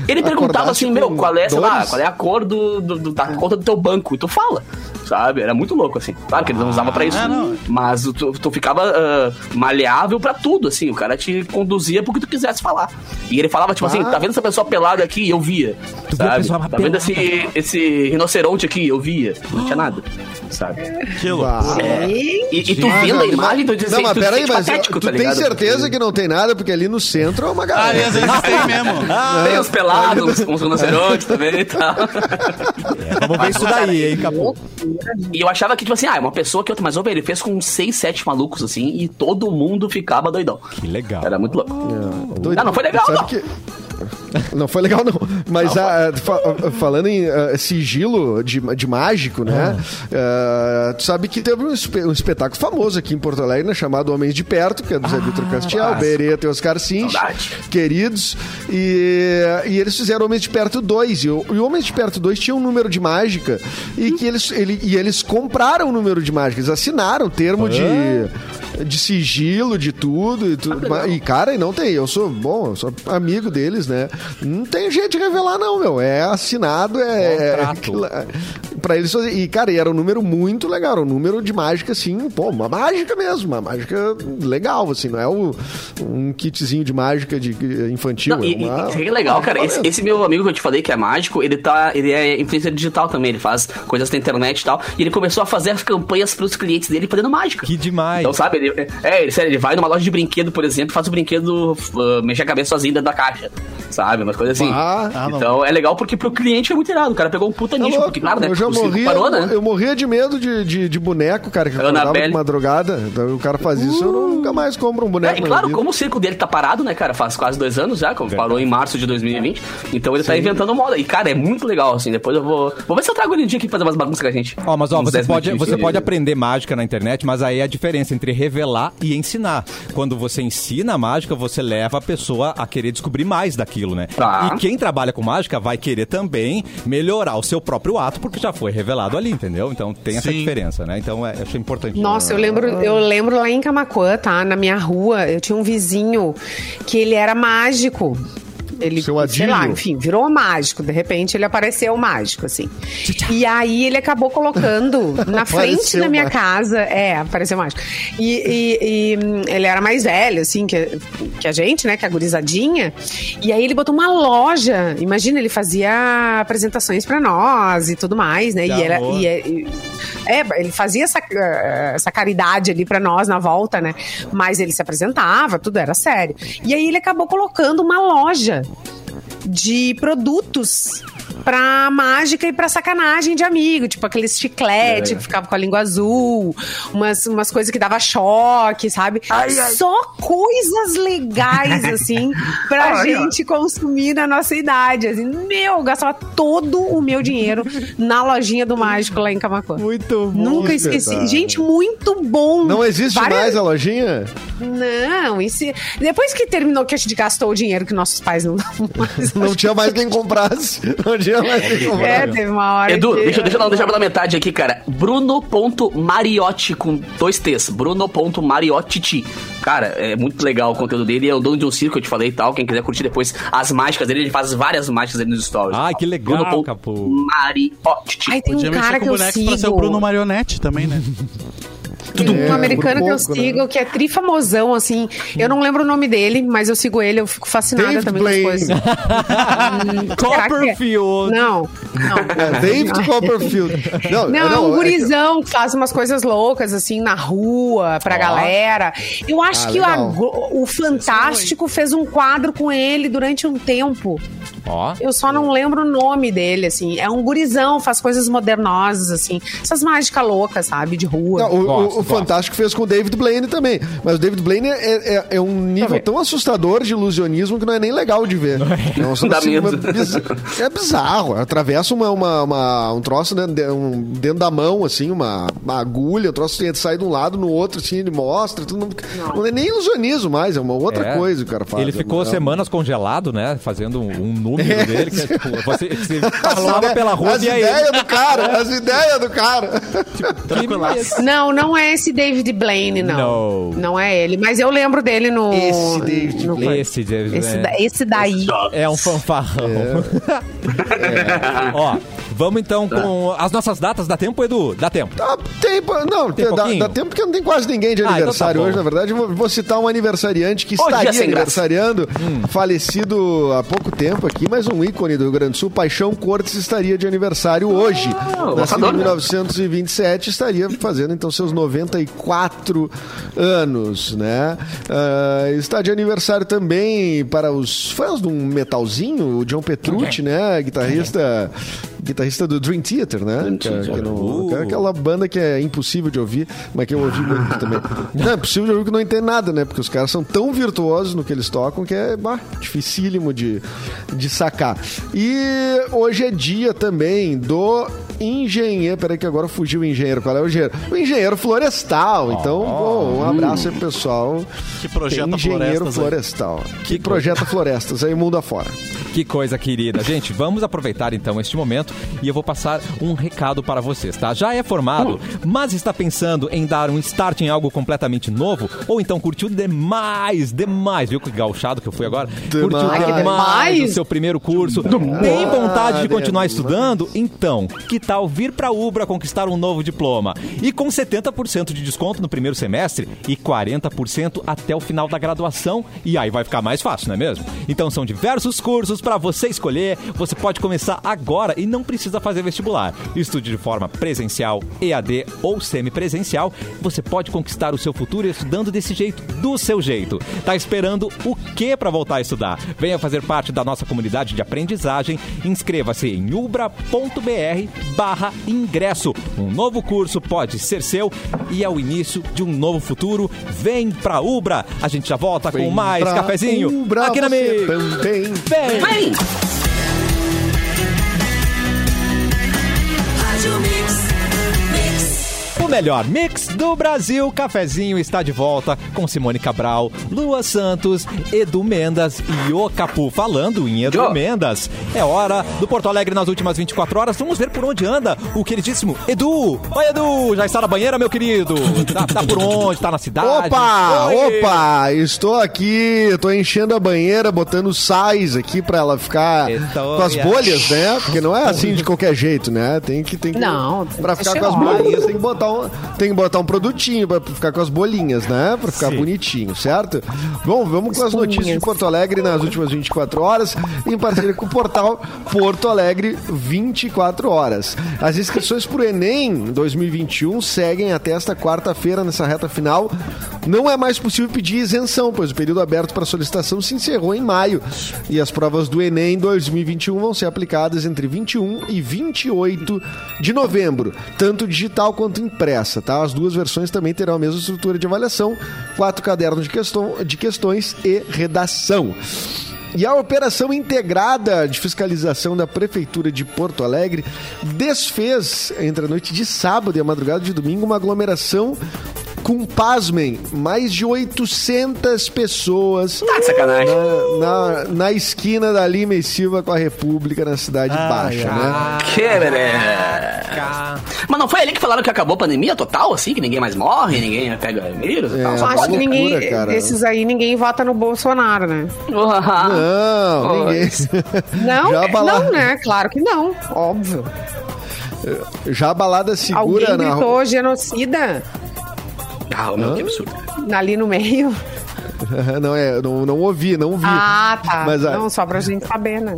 ele perguntava assim, meu, qual é, sei lá, dores? qual é a cor do, do- do- É. da conta do teu banco? E tu fala, sabe? Era muito louco, assim. Claro que ele não usava pra isso, Ah, não. mas tu, tu ficava ah, maleável pra tudo, assim. O cara te conduzia pro que tu quisesse falar. E ele falava, tipo assim, Ah. tá vendo essa pessoa pelada aqui? E Eu via, Tu viu a sabe? pessoa Tá vendo pelada? esse, esse rinoceronte aqui? Eu via. Não tinha nada, sabe? Que loucura. Ah. É. é E E, e tu assim, vendo a imagem do Não, mas peraí, mas patético, tu tá tem ligado? certeza que não tem nada, porque ali no centro é uma Ah, e galera. às vezes tem mesmo. Ah, Tem uns pelados, Ah, uns, uns rinocerontes também e tal. É. Vamos ver isso daí, hein, Capu. E eu achava que, tipo assim, ah, é uma pessoa que outra, mas ô, velho, ele fez com uns 6, 7 malucos, assim, e todo mundo ficava doidão. Que legal. Era muito louco. Doido. Ah, não foi legal, Sabe não. que- Não foi legal, não. Mas ah, fa- falando em ah, sigilo de, de mágico, né? Ah, tu sabe que teve um, espe- um espetáculo famoso aqui em Porto Alegre, né? Chamado Homens de Perto, que é do Zé Vitor Castiel, Beretta e Oscar Sinch, Saudade. queridos. E, e eles fizeram Homens de Perto 2. E o, e o Homens de Perto 2 tinha um número de mágica e, que eles, ele- e eles compraram o número de mágica. Eles assinaram o termo de, de sigilo, de tudo e tudo. mais. E, cara, e não tem. Eu sou bom, eu sou amigo deles, né? Não tem jeito de revelar, não, meu. É assinado, é. Contrato. é- Pra eles fazer. E, cara, e era um número muito legal. Era um número de mágica, assim, pô, uma mágica mesmo. Uma mágica legal, assim. Não é o- um kitzinho de mágica de infantil. Não, é e, e- uma- que legal, cara. uma- Esse, esse meu amigo que eu te falei, que é mágico, ele tá. Ele é influencer digital também, ele faz coisas na internet e tal. E ele começou a fazer as campanhas pros clientes dele fazendo mágica. Que demais. Então, sabe, ele, ele, é, ele- sério, ele vai numa loja de brinquedo, por exemplo, e faz o brinquedo uh, mexer a cabeça sozinho dentro da caixa, sabe? Umas coisas assim. Ah, ah, não. então é legal porque pro cliente é muito irado. O cara pegou um puta Tá nicho, louco. porque, claro, né? eu já o circo morria, parou, eu, né? eu morria de medo de, de, de boneco, cara, que eu acordava Annabelle. de madrugada. Então, o cara faz isso, eu nunca mais compro um boneco. Uh. É, e na claro, minha vida. como o circo dele tá parado, né, cara? Faz quase dois anos já, como parou em março de 2020. Então ele tá inventando moda. E, cara, é muito legal, assim. Depois eu vou. Vou ver se eu trago ele um dia aqui pra fazer umas bagunças com a gente. Ó, mas ó, Uns você 10 pode, minutinhos você de- pode aprender mágica na internet, mas aí é a diferença entre revelar e ensinar. Quando você ensina a mágica, você leva a pessoa a querer descobrir mais daquilo, né? Tá. E quem trabalha com mágica vai querer também melhorar o seu próprio ato, porque já foi revelado ali, entendeu? Então tem essa Sim. diferença, né? Então é, eu achei importante. Nossa, <laughs> eu lembro, eu lembro lá em Camacuã, tá? Na minha rua, eu tinha um vizinho que ele era mágico. Ele, Seu sei Adílio. lá, enfim, virou um mágico. De repente ele apareceu mágico, assim. E aí ele acabou colocando na frente Apareceu um da minha mágico. casa. É, apareceu mágico. E, e- e, hum, ele era mais velho, assim, que, que a gente, né? Que a gurizadinha. E aí ele botou uma loja. Imagina, ele fazia apresentações pra nós e tudo mais, né? Que E, era, amor. e é, e- é, ele fazia essa, eh, essa caridade ali pra nós na volta, né? Mas ele se apresentava, tudo era sério. E aí ele acabou colocando uma loja de produtos pra mágica e pra sacanagem de amigo, tipo aqueles chiclete É. que ficava com a língua azul, umas, umas coisas que dava choque, sabe? Só coisas <laughs> legais, assim, pra gente consumir na nossa idade. Assim, meu, eu gastava todo o meu dinheiro na lojinha do mágico lá em Camacuã. Muito bom. Nunca esqueci. espetáculo. Gente, muito bom. Não existe Várias- mais a lojinha? Não, e se... depois que terminou que a gente gastou o dinheiro que nossos pais não davam mais. Não tinha mais quem comprasse. Não tinha mais quem É, comprasse. teve uma hora. Edu, que- deixa, deixa, eu não, deixa eu dar metade aqui, cara. Bruno.mariotti com dois T's. Bruno.mariotti. Cara, é muito legal o conteúdo dele. É o dono de um circo, que eu te falei e tal. Quem quiser curtir depois as mágicas dele, ele faz várias mágicas ali nos stories. Ai, que legal, Bruno ponto Capu. Mariotti. Ai, tem um Podia mexer cara com que eu bonecos pra ser o sigo. Bruno Marionete também, né? Tem um É, americano por que eu pouco, sigo, que é trifamosão, assim. Eu não lembro o nome dele, mas eu sigo ele, eu fico fascinada David também Blaine. <laughs> com as coisas. Hum, será que é? Copperfield. Não, não. É, David Copperfield. Não, Não, é um é que- gurizão que faz umas coisas loucas, assim, na rua, pra galera. Eu acho Ah, que a legal. Glo- o Fantástico fez um quadro com ele durante um tempo. Ó. Eu só não lembro o nome dele, assim. É um gurizão, faz coisas modernosas, assim. Essas mágicas loucas, sabe? De rua. Não, o, Gosto, o- gosto. o Fantástico fez com o David Blaine também. Mas o David Blaine é, é- é Tá um nível Também. tão assustador de ilusionismo que não é nem legal de ver. É, um Dá medo. uma biz- é bizarro. Atravessa uma, uma- uma- um troço né, de- um- dentro da mão, assim, uma, uma agulha, o troço tem- sai de um lado no outro, assim, ele mostra. Tudo, não, não é nem ilusionismo mais, é uma outra É. coisa que o cara faz. Ele ficou é, uma- semanas congelado, né? Fazendo um, um número dele. Que, é, tipo, <laughs> você, você As falava ide- pela rua as e aí. Tipo, ideias do cara, <laughs> as ideias do cara. Não, não é esse David Blaine, não. Não. Não é ele. Mas eu lembro dele no. Esse David no- Blaine. Esse, James, Esse, é. da- esse daí. É um fanfarrão. <laughs> É. Ó, vamos então com as nossas datas. Dá tempo, Edu? Dá tempo. Dá tempo, Tá, não, Tem dá, pouquinho? dá tempo porque não tem quase ninguém de Ah, então tá aniversário bom. é hoje, na verdade. Vou, vou citar um aniversariante que dia estaria sem graça. aniversariando, Hum. falecido há pouco tempo aqui, mas um ícone do Rio Grande do Sul, Paixão Cortes, estaria de aniversário hoje. Ah, Nascido lotador, em né? 1927, estaria fazendo então seus 94 anos, né? Ah, está de aniversário também para os fãs de um metalzinho, o John Petrucci, né? Guitarrista, guitarrista do Dream Theater, né? Que- que não- Uh. que é aquela banda que é impossível de ouvir, mas que eu ouvi muito também. Não, é possível de ouvir que não entende nada, né? Porque os caras são tão virtuosos no que eles tocam que é bah, dificílimo de, de sacar. E hoje é dia também do engenheiro. Peraí, que agora fugiu o engenheiro. Qual é o engenheiro? O engenheiro florestal. Então, bom, um abraço aí, pessoal. Que projeta Tem engenheiro florestas florestal. Que projeta florestas aí, mundo afora. Que coisa querida. Gente, vamos aproveitar então este momento e eu vou passar um recado para vocês, tá? Já é formado, mas está pensando em dar um start em algo completamente novo? Ou então curtiu demais, demais, viu que gauchado que eu fui agora? Curtiu Ai, que demais demais. o seu primeiro curso? Tem vontade de continuar estudando? Então, que tal vir para Ubra conquistar um novo diploma? E com 70% de desconto no primeiro semestre e 40% até o final da graduação, e aí vai ficar mais fácil, não é mesmo? Então são diversos cursos para você escolher. Você pode começar agora e não não precisa fazer vestibular. Estude de forma presencial, EAD ou semipresencial. Você pode conquistar o seu futuro estudando desse jeito, do seu jeito. Tá esperando o que para voltar a estudar? Venha fazer parte da nossa comunidade de aprendizagem. Inscreva-se em ubra.br barra ingresso. Um novo curso pode ser seu e é o início de um novo futuro. Vem pra Ubra! A gente já volta com mais pra cafezinho Umbra, aqui na você Mix. também. Vem! Vem! Rádio Mix, Mix. O melhor mix do Brasil, Cafezinho está de volta com Simone Cabral, Lua Santos, Edu Mendas e o Capu. Falando em Edu Jô. Mendas, é hora do Porto Alegre nas últimas 24 horas. Vamos ver por onde anda o queridíssimo Edu. Oi, Edu, já está na banheira, meu querido? Tá, tá por onde? Tá na cidade? Opa! Oi. Opa! Estou aqui, estou enchendo a banheira, botando sais aqui pra ela ficar Estou- com as bolhas, né? Porque não é <laughs> assim de qualquer jeito, né? Tem que tem que Não, é tem para que ficar ser com as cheirosa. bolinhas tem que botar um tem que botar um produtinho pra ficar com as bolinhas, né? Pra ficar bonitinho, certo? Bom, vamos com as Espinhas. notícias de Porto Alegre nas últimas 24 horas em parceria com o portal Porto Alegre 24 horas. As inscrições para o Enem 2021 seguem até esta quarta-feira nessa reta final. Não é mais possível pedir isenção, pois o período aberto para solicitação se encerrou em maio e as provas do Enem 2021 vão ser aplicadas entre 21 e 28 de novembro, tanto digital quanto impressa, tá? As duas versões também terão a mesma estrutura de avaliação, quatro cadernos de, questão, de questões e redação. E a operação integrada de fiscalização da Prefeitura de Porto Alegre desfez, entre a noite de sábado e a madrugada de domingo, uma aglomeração com, pasmem, mais de 800 pessoas Tá de sacanagem. na, na, na esquina da Lima e Silva com a República, na Cidade Baixa, né? Que Mas não foi ali que falaram que acabou a pandemia total, assim? Que ninguém mais morre, ninguém pega vírus e tal? É, Eu Só acho pode... que ninguém, loucura, cara. desses aí, ninguém vota no Bolsonaro, né? Não, ninguém. <laughs> Não, Já a balada, não, né? Claro que não, óbvio. Já a balada segura Alguém na gritou genocida Ah, meu, que absurdo. ali no meio. <laughs> Não, é, não, não ouvi, não vi. Ah, tá. Mas a- Não, só pra gente saber, né?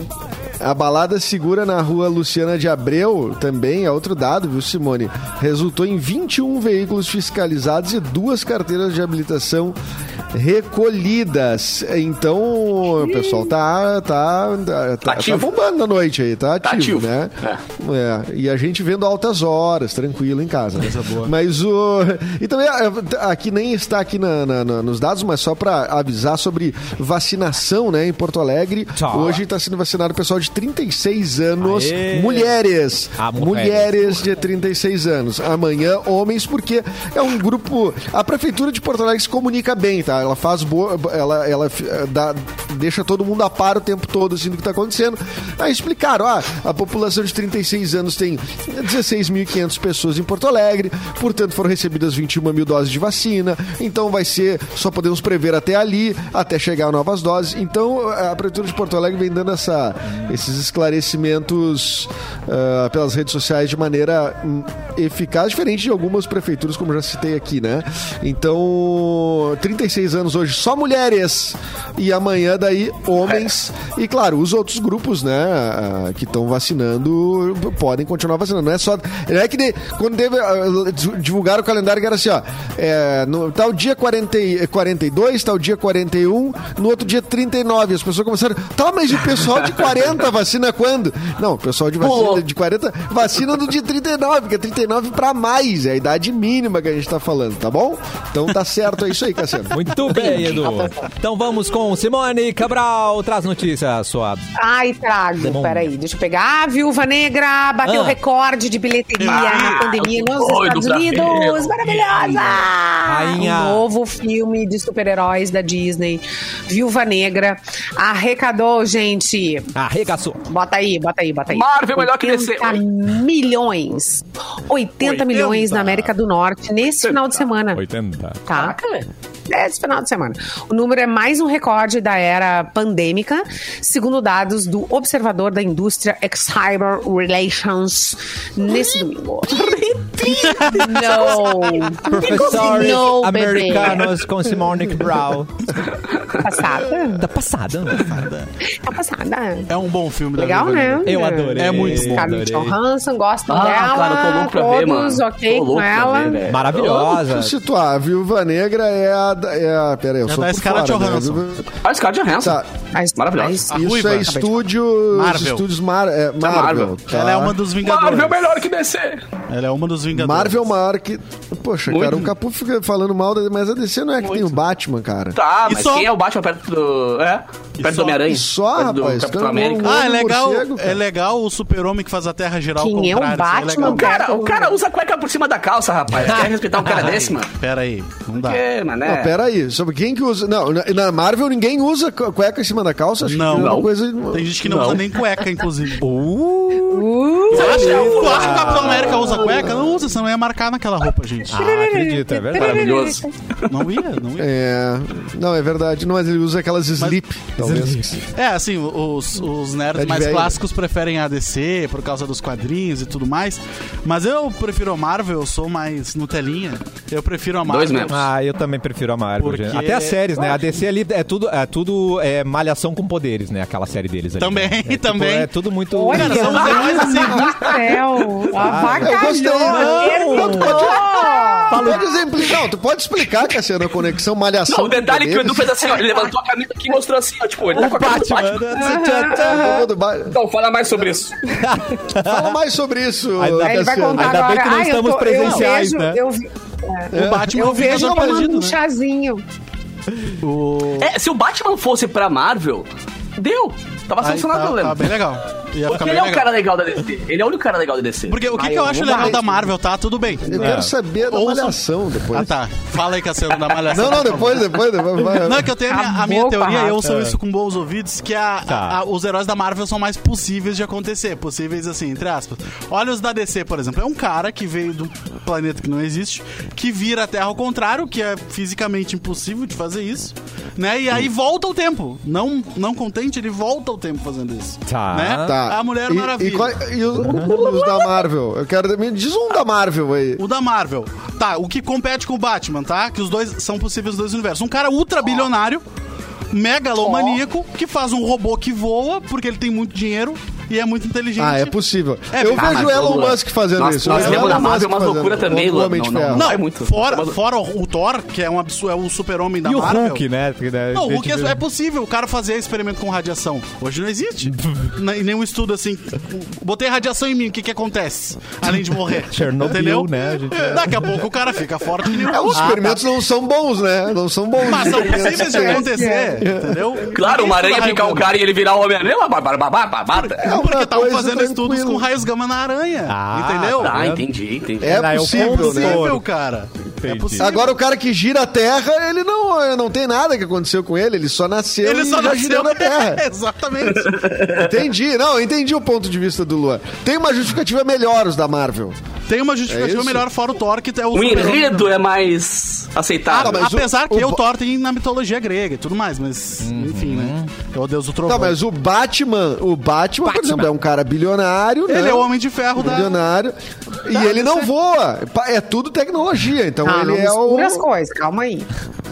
A balada segura na rua Luciana de Abreu também é outro dado, viu, Simone? Resultou em 21 veículos fiscalizados e duas carteiras de habilitação recolhidas. Então, o pessoal tá, tá, tá, tá, ativo. bombando na noite aí, tá ativo, Tá ativo. né? É, e a gente vendo altas horas, tranquilo em casa. Coisa boa. Mas o. E também, a- a- aqui nem está aqui na- na- na- nos dados, mas só para avisar sobre vacinação, né, em Porto Alegre. Tá. Hoje está sendo vacinado o pessoal de 36 anos, Aê. mulheres. Ah, mulheres. mulheres de 36 anos. Amanhã, homens, porque é um grupo. A Prefeitura de Porto Alegre se comunica bem, tá? Ela faz boa. Ela, ela fi- dá- deixa todo mundo a par o tempo todo, assim, do que tá acontecendo. Aí explicaram, ah, a população de 36 anos tem 16.500 pessoas em Porto Alegre, portanto foram recebidas 21 mil doses de vacina, então vai ser, só podemos prever até ali, até chegar novas doses. Então a Prefeitura de Porto Alegre vem dando essa, esses esclarecimentos ah, pelas redes sociais de maneira hum, eficaz, diferente de algumas prefeituras, como já citei aqui, né? Então, 36 anos hoje, só mulheres. E amanhã, daí, homens. E claro, os outros grupos, né, ah, que estão vacinando, podem continuar vacinando. Não é só. Não é que de- quando teve, ah, di- divulgaram o calendário que era assim, ó. É, no, tal dia 40, e- 42, tal dia 41, no outro dia 39. As pessoas começaram. Tá, mas e o pessoal de 40 vacina quando? Não, o pessoal de vacina Pulou. de 40 vacina do dia 39, que é 39 pra mais. É a idade mínima que a gente tá falando, tá bom? Então tá certo, é isso aí, Cassiano. Muito bem, Edu. Então vamos com Simone Cabral. Traz notícia, sua. Ai, trago. Demônio. Peraí, deixa eu pegar. A Viúva Negra bateu Ah. recorde de bilheteria Ah, na pandemia eu tô nos doido Estados pra ver. Unidos. Maravilhosa! Rainha. O novo filme de super-heróis da Disney, Viúva Negra, arrecadou, gente. Arregaçou. Bota aí, bota aí, bota aí. Marvel é melhor que DC. 80 milhões. 80, 80. milhões na América do Norte nesse final de semana. 80. Tá? Esse final de semana. O número é mais um recorde da era pandêmica, segundo dados do Observador da Indústria Cyber Relations nesse Hum? <laughs> domingo. não! Professores Não, bebê. americanos com Simone Cabral. Passada? Tá passada. né? Tá passada. <laughs> É um bom filme da Legal, Viva né? Eu adorei. É muito bom, Scarlett adorei. Johansson, gostam Ah, dela. cara, eu tô louco pra ver, mano. todos ok tô com louco pra ela. ver, velho. Maravilhosa. Vamos situar, a Viúva Negra é a... da- É a pera aí, eu É sou da por Scarlett fora, né? Johansson. Viúva- Ah, Scarlett Johansson. Tá. Mas- Maravilhosa. mas- A Isso ruiva. é Acabei de estúdios... Marvel. Estúdios Mar, é, Marvel. Marvel. tá? Ela é uma dos Vingadores. Marvel melhor que DC. Ela é uma dos Vingadores. Marvel maior que... Poxa, Muito. cara, o Capu fica falando mal, da- mas a DC não é que tem o Batman, cara. Tá, E mas só- quem é o Batman perto do... É? Perto do só- Homem-Aranha? e só, Perto do rapaz, Capitão cara, América? não- Ah, é Homem legal, morcego, cara. é legal o super-homem que faz a Terra geral ao Quem é o contrário. isso Batman, um- legal. O cara, o cara usa cueca por cima da calça, rapaz. Quer respeitar um cara Ai, desse, mano? Pera aí, não dá. Que, mané? Tá. Não, pera aí, sobre quem que usa... Não, na- na Marvel ninguém usa cu- cueca em cima da calça. acho que Não, é uma não. Coisa... Tem gente que não, Não. Uh! usa nem <laughs> cueca, inclusive. Uh! Você acha que é o- Tu acha que o Capitão América usa cueca? Não usa, senão ia marcar naquela roupa, gente. Ah, acredito, é verdade. Maravilhoso. Não ia, não ia. É... Não, é verdade. Não, mas ele usa aquelas slip, talvez. É, assim, os, os nerds Tá de mais velho. clássicos preferem a DC por causa dos quadrinhos e tudo mais. Mas eu prefiro a Marvel, eu sou mais Nutelinha. Eu prefiro a Marvel. Dois mesmo. Ah, eu também prefiro a Marvel, Porque- gente. Até as séries, né? A DC ali é tudo, é tudo é, malhação com poderes, né? Aquela série deles ali. Também, <laughs> né? É, tipo, também. É tudo muito... Olha, Cara, são os heróis assim. do céu. Eu gostei. Avacalhou. Não, tu pode, tu pode exemplificar. Não, tu pode explicar, Cassiano, a conexão malhação. Não, o detalhe é que o Edu poderes. fez assim, ó. Ele levantou a camisa aqui e mostrou assim, ó. Tipo, ele tá com a camisa do Batman. né? né? Todo mundo ba- Então, fala mais sobre isso. Fala mais sobre isso. Ainda- Aí ele vai Cassiano. contar Ainda bem agora. que não "Ai, eu estamos tô- eu presenciais, vejo- né?" Eu, vi- O Batman é eu o Vingador vejo tomando perdido, um né? chazinho. É, se o Batman fosse pra Marvel, deu. Tava Aí solucionado o tá, um problema. tá bem legal. Ia Porque ele ficar bem é o legal. cara legal da DC. Ele é o único cara legal da DC. Porque o que, Ah, que eu, eu acho vou legal mais, da né? Marvel, tá? Tudo bem. Eu quero saber da Ouça- malhação depois. Ah, <laughs> tá. Fala aí, Cassiano, da Malhação. Não, não, depois, depois. depois vai. <laughs> Não, é que eu tenho a minha, a minha Acabou, teoria, Parrafa. eu ouço isso com bons ouvidos, que a- Tá. a- os heróis da Marvel são mais possíveis de acontecer. Possíveis, assim, entre aspas. Olha os da DC, por exemplo. É um cara que veio de um planeta que não existe, que vira a Terra ao contrário, que é fisicamente impossível de fazer isso, né? E aí volta ao tempo. Não, não contente, ele volta ao tempo fazendo isso. Tá. Né? Tá. A Mulher E- Maravilha. E, qual- e os, os da Marvel? Eu quero. Me diz um da Marvel aí. O da Marvel. Tá, o que compete com o Batman, tá? Que os dois são possíveis os dois universos. Um cara ultra bilionário, megalomaníaco, que faz um robô que voa, porque ele tem muito dinheiro e é muito inteligente. Ah, é possível. É, eu vejo ah, o mas Elon vamos lá. Musk fazendo Nós- isso. nós O Elon lemos da Marvel Musk uma fazendo, loucura também, o Luan. Homem de Não, não, Ferro. Não, é muito. Fora, Mas- fora o Thor, que é, um absurdo, é o super-homem da E o Marvel. Hulk, né? Porque, né, Não, a o Hulk gente é, vê- é possível o cara fazer experimento com radiação. Hoje não existe. Nem nenhum estudo assim. Botei radiação em mim, o que, que acontece? Além de morrer. Chernobyl, entendeu? né, a gente- Daqui a pouco o cara fica forte que nem um o É, os Hulk. experimentos não são bons, né? Não são bons. Mas são Experimentos possíveis de É. acontecer, entendeu? Claro, uma aranha Ninguém picar um estuda raio cara e ele virar o Homem-Aranha. mas bar- bar- bar- bar- bar- bar- gama. Não, porque É uma estavam coisa fazendo tranquila. estudos com raios gama na aranha. Ah, entendeu? Tá, É entendi, entendi. É Era, eu possível, né? concordo. possível, cara. É Entendi. possível. Agora o cara que gira a Terra, ele não, eh, não tem nada que aconteceu com ele, ele só nasceu ele e só já girou nasceu na Terra. <laughs> Exatamente. Entendi, não, entendi o ponto de vista do Luan. Tem uma justificativa melhor os da Marvel. Tem uma É justificativa isso? melhor fora o Thor, que é o O super-homem. enredo é mais Ah, aceitável. mas o- apesar que o- o Thor tem na mitologia grega e tudo mais, mas enfim, né? É o deus do trovão. Tá, mas o Batman, o Batman, por exemplo, é um cara bilionário, né? Ele é o homem de ferro da... Tá, bilionário e ele não voa. Pa- É tudo tecnologia, então Ah, não ele é o mistura as coisas, calma aí.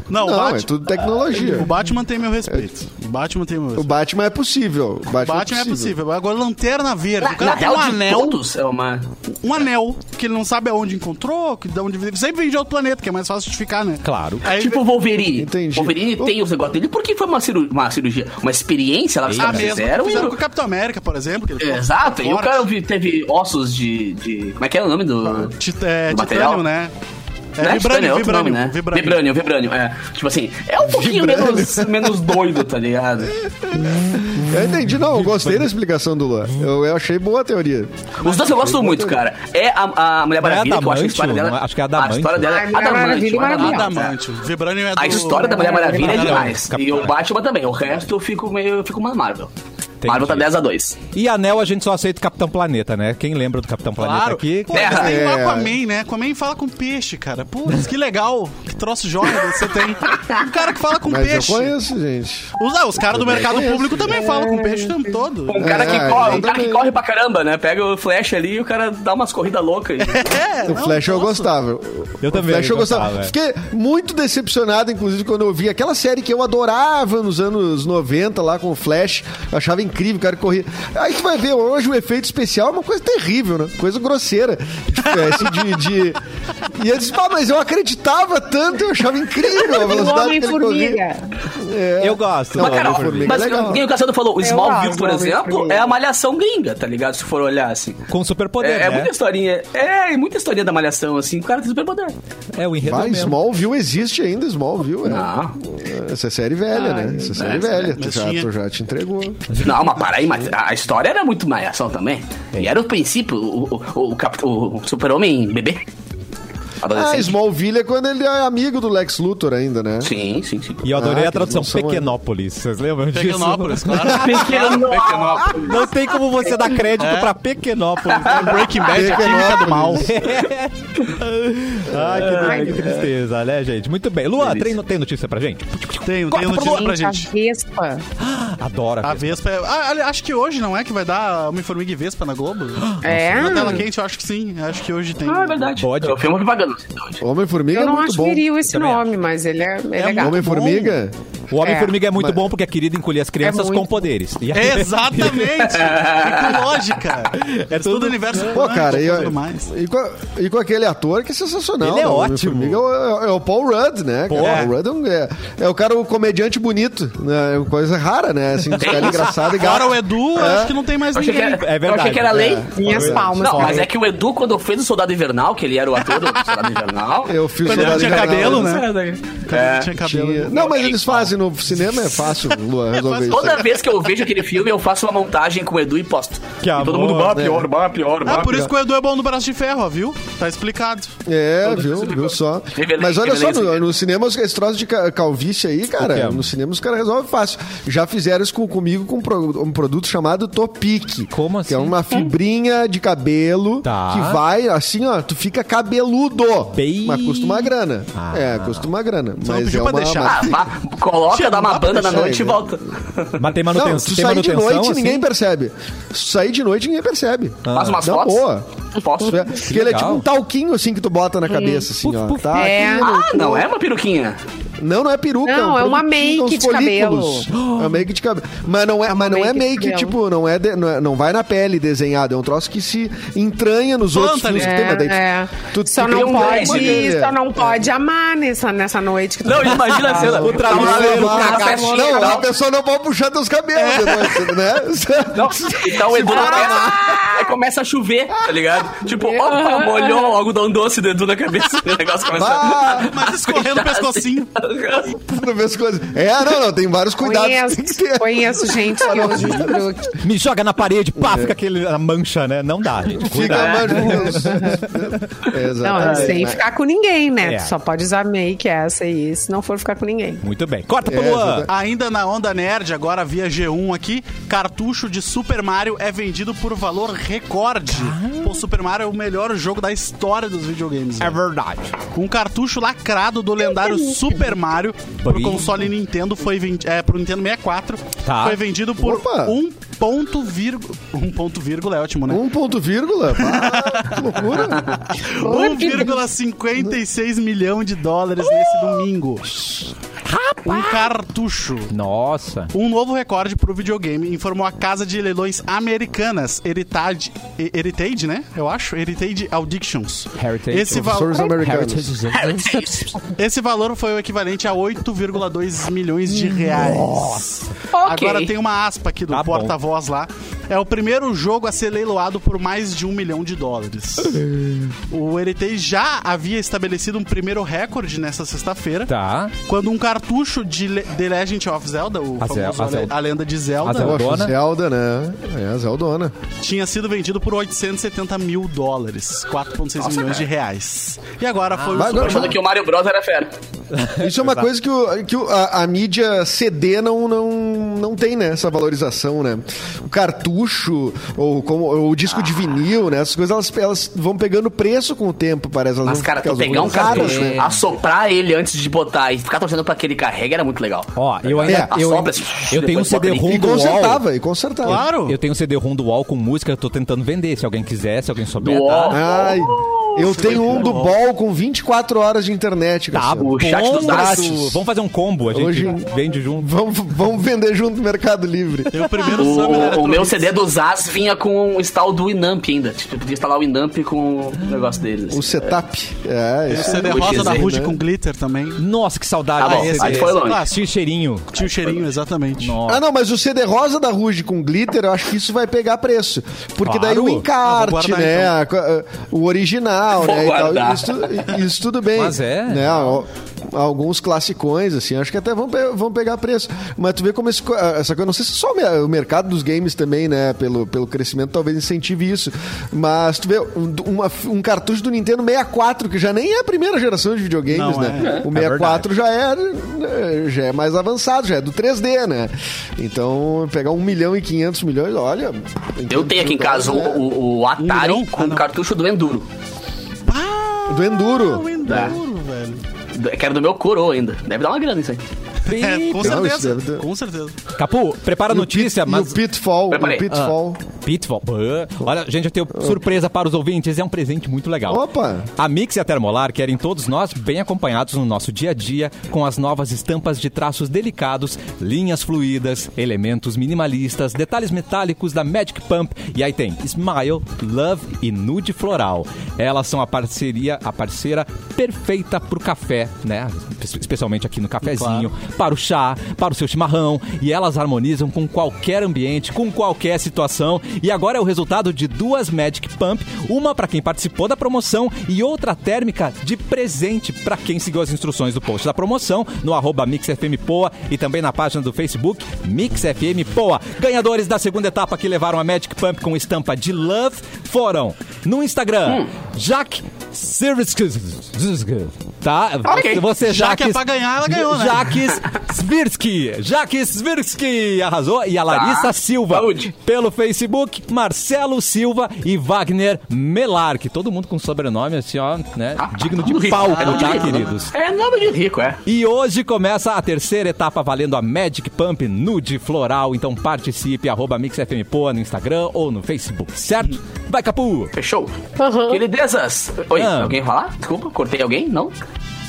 Não, o Não, Batman. é tudo tecnologia. O Batman tem meu respeito. O Batman tem meu O respeito. Batman é possível. O Batman, O Batman é possível. Agora, lanterna verde. Na, O cara na tem real, um de anel. todos é uma... um anel que ele não sabe aonde encontrou, que de onde sempre vem de outro planeta, que é mais fácil de ficar, né? Claro. Aí Tipo o Wolverine. Entendi. Wolverine tem os negócios dele porque foi uma, ciru- uma cirurgia, uma experiência lá que os a caras mesma fizeram. fizeram, fizeram e- com o Capitão América, por exemplo. Que ele ficou Exato, e o forte. cara vi- teve ossos de, de- Como é que é o nome do. Tit- é, do titânio, material? né? É, Não titânio, vibranium, outro vibranium, nome, né? vibranium. Vibranium, vibranium, é. Tipo assim, é um pouquinho menos, menos doido, tá ligado? Eu entendi, não, eu gostei da explicação do Luan. Eu, eu achei boa a teoria. Os dois eu gosto muito, cara. É a, a Mulher Não é Maravilha, que eu acho que a história Adamantium, dela. não é? Acho que é A história Adamantium. dela é Ah, Mulher Adamantium, Maravilha e Adamantium, é. Ah, Adamante. Vibranium é do... A história da Mulher Maravilha é Capitão. demais. Capitão. E o Batman também. O resto eu fico meio. Eu fico mais Marvel. Marvel tá 10 a 2 E anel a gente só aceita o Capitão Planeta, né? Quem lembra do Capitão Planeta Claro. aqui? Pô, mas Terra. tem É. o Aquaman, né? Aquaman fala com peixe, cara. Putz, que legal. Que troço jovem você tem. Um cara que fala com Mas peixe. eu conheço, gente. Os, ah, os caras do mercado conheço. público também falam com peixe o tempo todo. Um cara, É, que corre, um eu cara que também. corre pra caramba, né? Pega o flash ali e o cara dá umas corridas loucas. É, O não, Flash eu nossa. gostava. Eu O também Flash eu gostava. gostava, é. Fiquei muito decepcionado, inclusive, quando eu vi aquela série que eu adorava nos anos 90 lá com o Flash. Eu achava incrível, o cara corria. Aí tu vai ver, hoje o efeito especial é uma coisa terrível, né? Coisa grosseira. Espécie de. de... E eu disse, pá, mas eu acreditava tanto, eu achava incrível a O velocidade que ele corria. É. Homem-Formiga. Eu gosto. Não, Mas, cara, Homem-Formiga mas é legal. o que o Cassiano falou, o Smallville, acho por Smallville exemplo, primeiro. é a malhação gringa, tá ligado? Se for olhar assim. Com superpoder, é, é né? muita historinha. É, é muita historinha da malhação, assim. O cara tem superpoder. É o enredo Vai, mesmo. Smallville existe ainda, Smallville. Ah. É. Essa é série velha, né? Essa é série velha. Tu mas já, tinha- tu já te entregou. Não, mas para aí, mas a a história era muito malhação também. E era o princípio, o, o, o, cap- o super-homem bebê. Ah, Adolescente. Smallville é quando ele é amigo do Lex Luthor ainda, né? Assim, sim, sim, sim. E eu adorei Ah, a tradução, que eles não são- Pequenópolis. Vocês lembram disso? Pequenópolis, claro. Pequenópolis. Não tem como você dar crédito É. pra Pequenópolis. né? Breaking Bad, a química do mal. Ai, que, que tristeza, né, gente? Muito bem. Luan, Delícia. tem, no- tem notícia pra gente? Tem, tem notícia pra gente. A Vespa. Adora. A Vespa. é- Ah, ali- acho que hoje não é que vai dar Homem-Formiga e Vespa na Globo? É. Na tela quente, eu acho que sim. Acho que hoje tem. Ah, é verdade. Pode. Eu fiz uma propaganda. assim, hoje. Homem-Formiga Eu é não muito acho bom. um viril esse nome, mas ele é, é legal. Homem-Formiga? o Homem-Formiga é, muito mas- bom porque é querido encolher as crianças muito com poderes. E a- <laughs> Exatamente! que lógica! É todo universo Pô, quântico cara, e, e tudo mais. e com, e com aquele ator que é sensacional. Ele é né? O ótimo. Homem-Formiga É o, é o Paul Rudd, né? cara? Pô. O Paul Rudd é, um, é, é o cara, o comediante bonito. Né? É uma coisa rara, né? Assim, os caras engraçados e Agora gato. o Edu, eu acho que não tem mais Eu achei que ninguém. era, É eu achei verdade. que era lei. Minhas palmas. Não, mas é que o Edu, quando fez o Soldado Invernal, que ele era o ator do Soldado Invernal. Eu fiz Quando o ele Soldado tinha Invernal, cabelo, né? né? É, Tinha cabelo. Tinha- Não, mas eles fazem no cinema, é fácil, Luan, resolver isso. Toda vez que eu vejo aquele filme, eu faço uma montagem com o Edu e posto. Que e amor, todo mundo bah, né? pior, bah, pior, bah. Ah, por isso que o Edu é bom no braço de ferro, ó, viu? Tá explicado. É, viu, viu só. Revelei- Mas olha só, revelei no, esse- no cinema, os- esse troço de ca- calvície aí, O que cara, é? no cinema os caras resolvem fácil. Já fizeram isso com- comigo com um pro- um produto chamado Topic. Como Que é assim? uma fibrinha de cabelo Tá. que vai assim, ó, tu fica cabeludo. Bem- Mas custa uma grana. Ah. É, custa uma grana. não mas pediu é pra uma, deixar. Ah, uma- vá, coloca, dá uma dá pra banda na deixar noite e aí, né? volta. Mas tem Não, manutenção. tu tem sair de manutenção noite assim? Ah. ninguém percebe. Se tu sair de noite ninguém percebe. Faz umas Dá fotos. boa. Posso? É, Porque ele é legal. Uhum. tipo um talquinho assim que tu bota na cabeça, assim, ó. puf. Tá É. aqui no- Ah, não é uma peruquinha. Não, não é peruca. Não, é uma produtinho make com os de folículos. É uma make de cabelo. Mas não é, mas não é make de make, cabelo. tipo, não é, de- não é- não vai na pele desenhado. É um troço que se entranha nos outros Planta ali. fios que tem. mas daí tu- É, tu- tu só, tem não um pode, grande- só não pode amar nessa, nessa noite. Que tu Não, tá imagina a cena. o Tá Ah, Não, lá travesseiro, no não, carro, não, festinha e não, a tal. pessoa não pode puxar teus cabelos, É. depois, né? <laughs> Não, então o Edu Se na for festa, aí começa a chover, tá ligado? Tipo, opa, molhou o algodão um doce do Edu na cabeça. O negócio começa a... Ah, Mas escorrendo o pescocinho. pra ver as coisas. É, não, não, tem vários cuidados. que tem que ter. Conheço, conheço gente que usa tá- que- Me joga na parede, pá, fica aquela mancha, né? Não dá, gente. É. Fica Cuidado. mais. Não, é sem ficar com ninguém, né? É. Tu só pode usar make essa e se não for ficar com ninguém. Muito bem. Corta pro É, Luan. exatamente. Ainda na onda nerd, agora via G1 aqui, cartucho de Super Mario é vendido por valor recorde. O Super Mario é o melhor jogo da história dos É. videogames. velho. verdade. Um cartucho lacrado do lendário Super Mario pro Bem. console Nintendo foi vendido, é, pro Nintendo 64, Tá. foi vendido por Opa. um ponto vírgula, um ponto vírgula é ótimo, né? Um ponto vírgula. pá, que loucura. <laughs> 1,56 milhão de dólares nesse domingo. Um cartucho. Nossa. Um novo recorde pro videogame informou a casa de leilões americanas Heritage, E- Heritage né? Eu acho. Heritage Addictions. Heritage. Esse, va Professores americanos. esse valor foi o equivalente a 8,2 milhões de reais. Ok. Agora tem uma aspa aqui do Tá bom. porta-voz lá. É o primeiro jogo a ser leiloado por mais de um milhão de dólares. o Heritage já havia estabelecido um primeiro recorde nessa sexta-feira. Tá. Quando um cartucho de Le- The Legend of Zelda, o A famoso Zel- a a, le- Zelda. a lenda de Zelda, A Zelda. Poxa, Zeldona. Zelda, né? É, a Zeldona. tinha sido vendido por 870 mil dólares, 4,6 milhões de reais. E agora foi o Mas Super agora- Mario. Achando que o Mario Bros era fera. Isso é uma coisa que, o- que o- a, a mídia CD não, não, não tem né, essa valorização, né? O cartucho ou, como, ou o disco de vinil, né? Essas coisas elas, elas vão pegando preço com o tempo, parece. Elas Mas, não cara, ficam- tu elas pegar vão um ficando cartucho, caras, né? assoprar ele antes de botar e ficar torcendo pra que ele carregue era muito legal. Ó, eu ainda. É, eu, assopra, eu tenho um depois bota CD-ROM E do UOL. consertava, e consertava. Claro. Eu tenho um CD-ROM do UOL com música, eu tô tentando vender. Se alguém quiser, se alguém souber. Do tá? UOL. Ai, eu tenho um do Ball com 24 horas de internet, Tá Cassiano. O chat dos bom, dados. Vamos fazer um combo, a gente Hoje- vende junto. Vamos, vamos vender junto no Mercado Livre. Tem o primeiro né? Summer O, o Electro meu Hits. CD dos As vinha com o install do Inamp ainda. Tipo, eu podia instalar o Inamp com o negócio deles. O setup. É, Tem o isso CD o rosa da GZ, Ruge né? com glitter também. Nossa, que saudade. Tá bom, desse aí CD. foi longe. Tinha cheirinho. Tinha o cheirinho, exatamente. Ah, não, mas o CD rosa da Ruge com glitter, eu acho que isso vai pegar preço. Porque daí Claro. o Ah, vou encarte, guardar, né? a co- a- o original, Vou né? e tal. guardar. Isso, tu- isso tudo bem. Mas é. Né, al- alguns classicões, assim, acho que até vão, pe- vão pegar preço. Mas tu vê como esse, co- ah, essa coisa, não sei se só o me- o mercado dos games também, né? Pelo, pelo crescimento, talvez incentive isso. Mas tu vê um, uma- um cartucho do Nintendo 64, que já nem é a primeira geração de videogames, Não, né? é. O 64 já é, já é mais avançado, já é do 3D, né? Então, pegar 1 milhão e 500 milhões, olha. É. Eu tenho aqui em casa o, o- o Atari Não? com Ah, o não. cartucho do Enduro. Ah, Do Enduro. o Enduro, velho. Do- Que era do meu coroa ainda. Deve dar uma grana isso aí. É, com Não, isso certeza. deve ter- Com certeza. Capu, prepara a notícia, E Ah, mas. o Pitfall, o Preparei. Pitfall. Pitfall. Bã. Olha, gente, eu tenho surpresa para os ouvintes. É um presente muito legal. Opa! A Mix e a Termolar querem todos nós bem acompanhados no nosso dia a dia com as novas estampas de traços delicados, linhas fluídas, elementos minimalistas, detalhes metálicos da Magic Pump. E aí tem Smile, Love e Nude Floral. Elas são a parceria, a parceira perfeita pro café, né? Especialmente aqui no cafezinho, para o chá, para o seu chimarrão. E elas harmonizam com qualquer ambiente, com qualquer situação. E agora é o resultado de duas Magic Pump, uma para quem participou da promoção e outra térmica de presente para quem seguiu as instruções do post da promoção no arroba MixFMPoa e também na página do Facebook MixFMPoa. Ganhadores da segunda etapa que levaram a Magic Pump com estampa de Love foram no Instagram, Hum. Jack Sirskis, tá? Ok. Você, Já que é Jaques- pra ganhar, ela ganhou, né? Jaques Svirsky. Jaques Svirsky arrasou. E a Larissa Silva. Tá. Saúde. Pelo Facebook, Marcelo Silva e Wagner Melark. Todo mundo com sobrenome assim, ó, né? Digno Tudo de rico. palco, É nome de tá, rico, né? queridos? É nome de rico, é. E hoje começa a terceira etapa valendo a Magic Pump Nude Floral. Então participe, arroba MixFMPoa no Instagram ou no Facebook, certo? Vai, Capu! Fechou? Queridezas. Oi, Ah. alguém ia falar? Desculpa, cortei alguém? Não?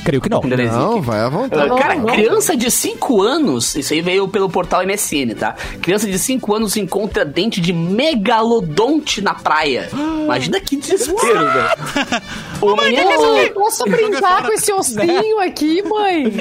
Creio que não. Um delayzinho Não, aqui. vai à vontade. Ah, Cara, criança de 5 anos, isso aí veio pelo portal MSN, tá? Criança de 5 anos encontra dente de megalodonte na praia. Imagina que Ah. desespero, velho. O Eu menino posso brincar com esse ossinho aqui, mãe?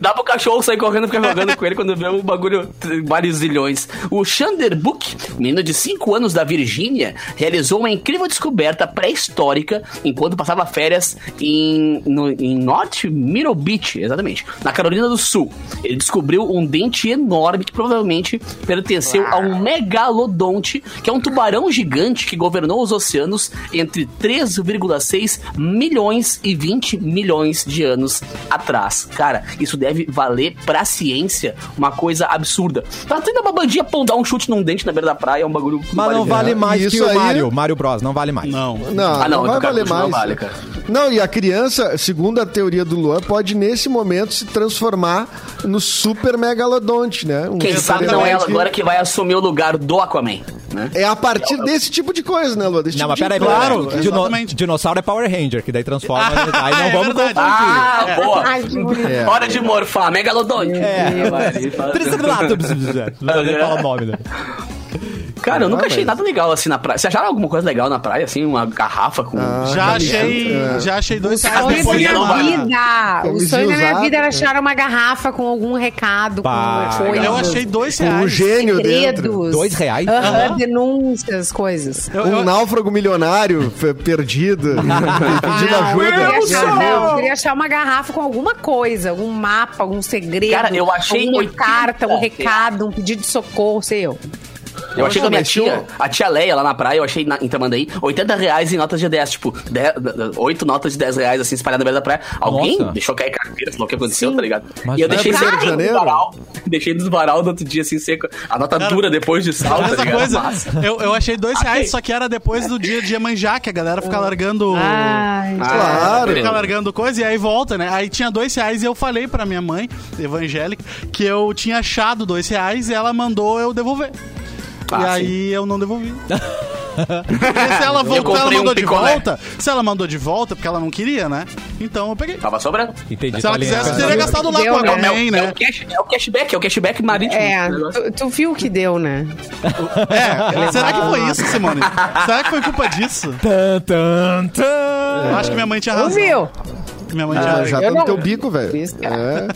dá pro cachorro sair correndo e ficar jogando com ele quando vê um bagulho t- vários zilhões. O Xander Book, menino de 5 anos da Virgínia, realizou uma incrível descoberta pré-histórica enquanto passava férias em, no, em North Myrtle Beach, exatamente, na Carolina do Sul. Ele descobriu um dente enorme que provavelmente pertenceu a um megalodonte, que é um tubarão gigante que governou os oceanos entre 3,6 milhões e 20 milhões de anos atrás. Cara, isso deve valer pra ciência uma coisa absurda. Tá tendo uma bandinha pão dar um chute num dente na beira da praia, é um bagulho. Mas não vale- vale mais Isso que o aí- Mario. Mario Bros, não vale mais. Não. Não, Ah, não, não, do vai valer cartucho não mais. vale, cara. Não, e a criança, segundo a teoria do Luan, pode nesse momento se transformar no super megalodonte, né? Um Quem super sabe não é ela elefante. agora que vai assumir o lugar do Aquaman, né? É a partir desse tipo de coisa, né, Luan? Desse Não, tipo mas de peraí, peraí. encontro. Claro, Dino- exatamente. dinossauro é Power Ranger, que daí <laughs> transforma. aí não é vamos verdade. confundir. Ah, boa! Ai, que bonito. Hora de morfar, megalodonte. É, Triceratops. Não vou nem falar o nome, né? Cara, eu nunca Ah, achei mas- nada legal assim na praia. Vocês acharam alguma coisa legal na praia, assim? Uma garrafa com. Já achei, já achei dois caras Sonho da depois de minha tomar. vida. O Camisinha sonho da minha usada, vida né? era achar uma garrafa com algum recado, com Pá, alguma coisa. Eu achei dois Com um reais. gênio dentro. segredos. Dois reais? Aham, denúncias, coisas. Eu- Um eu- náufrago milionário fe- <laughs> perdido, pedindo Não, eu ajuda. queria, achar, sou- não, eu queria achar uma garrafa com alguma coisa, algum mapa, algum segredo. Cara, eu achei Uma 80 carta, um reais. recado, um pedido de socorro, sei eu. Eu achei que Não, a minha mas tinha um- tia, a tia Leia lá na praia, eu achei na, em Tamandaí, 80 reais em notas de 10, tipo, 10, 8 notas de 10 reais, assim, espalhadas na beira da praia. Alguém Nossa. deixou cair carteira, sei lá o que aconteceu, Sim. tá ligado? Mas e eu não é deixei pro Rio dentro de do Janeiro? varal, deixei dentro do varal no outro dia, assim, seco. A nota Cara, dura depois de sal, tá Essa ligado? coisa, Massa. eu, eu achei dois Achei. reais, só que era depois do dia de Iemanjá, que a galera fica largando... Ai, Ah, Claro. Fica beleza. largando coisa e aí volta, né? Aí tinha dois reais e eu falei pra minha mãe, evangélica, que eu tinha achado dois reais e ela mandou eu devolver. Ah, e sim. aí eu não <laughs> devolvi. Porque se ela, voltou, ela comprei um mandou de picolé. volta, se ela mandou de volta, porque ela não queria, né? Então eu peguei. Tava sobrando. Entendi. Se ela Thalia. quisesse, teria gastado lá Deu, com a né? É, Aquaman, o- é né? o cash- é o cashback, é o cashback marítimo. É, O negócio. tu, tu viu o que deu, né? É, será que foi isso, Simone? Será que foi culpa disso? Tan, tan, tan. Eu acho que minha mãe tinha razão. Ouviu? Minha mãe tinha Ah, razão. já tá eu não- no teu bico, velho. Isso, É.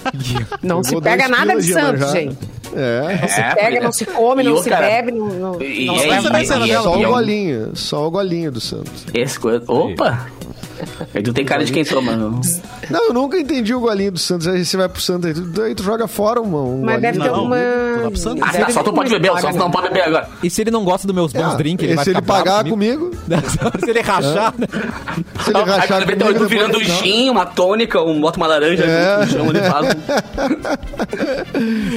Não se Levou dois pega nada quilos de Iemanjá. santo, gente. É. É, Pega, pois é. não se come, E não o se cara- bebe, não, não, E- não e- leva e- nada. e- e- Só e- o é um- golinho, só o golinho do Santos. Esse coisa. Opa! Aí tu tem cara de quem toma. não. Não, eu nunca entendi o golinho do Santos. Aí você vai pro Santos, aí tu, aí tu joga fora uma, um Mas golinho. deve ter Não, alguma. tu tá precisando. Ah, tá, só tu pode beber, só tu não pode beber agora. É. E se ele não gosta dos meus bons Ah, drinks, e ele vai se ficar ele pagar É. bravo comigo, comigo? <laughs> se ele rachar, né? <laughs> se ele Aí rachar tu bebe, comigo, tu depois virando um não. gin, uma tônica, um, bota uma laranja É. junto no chão, ele faz um-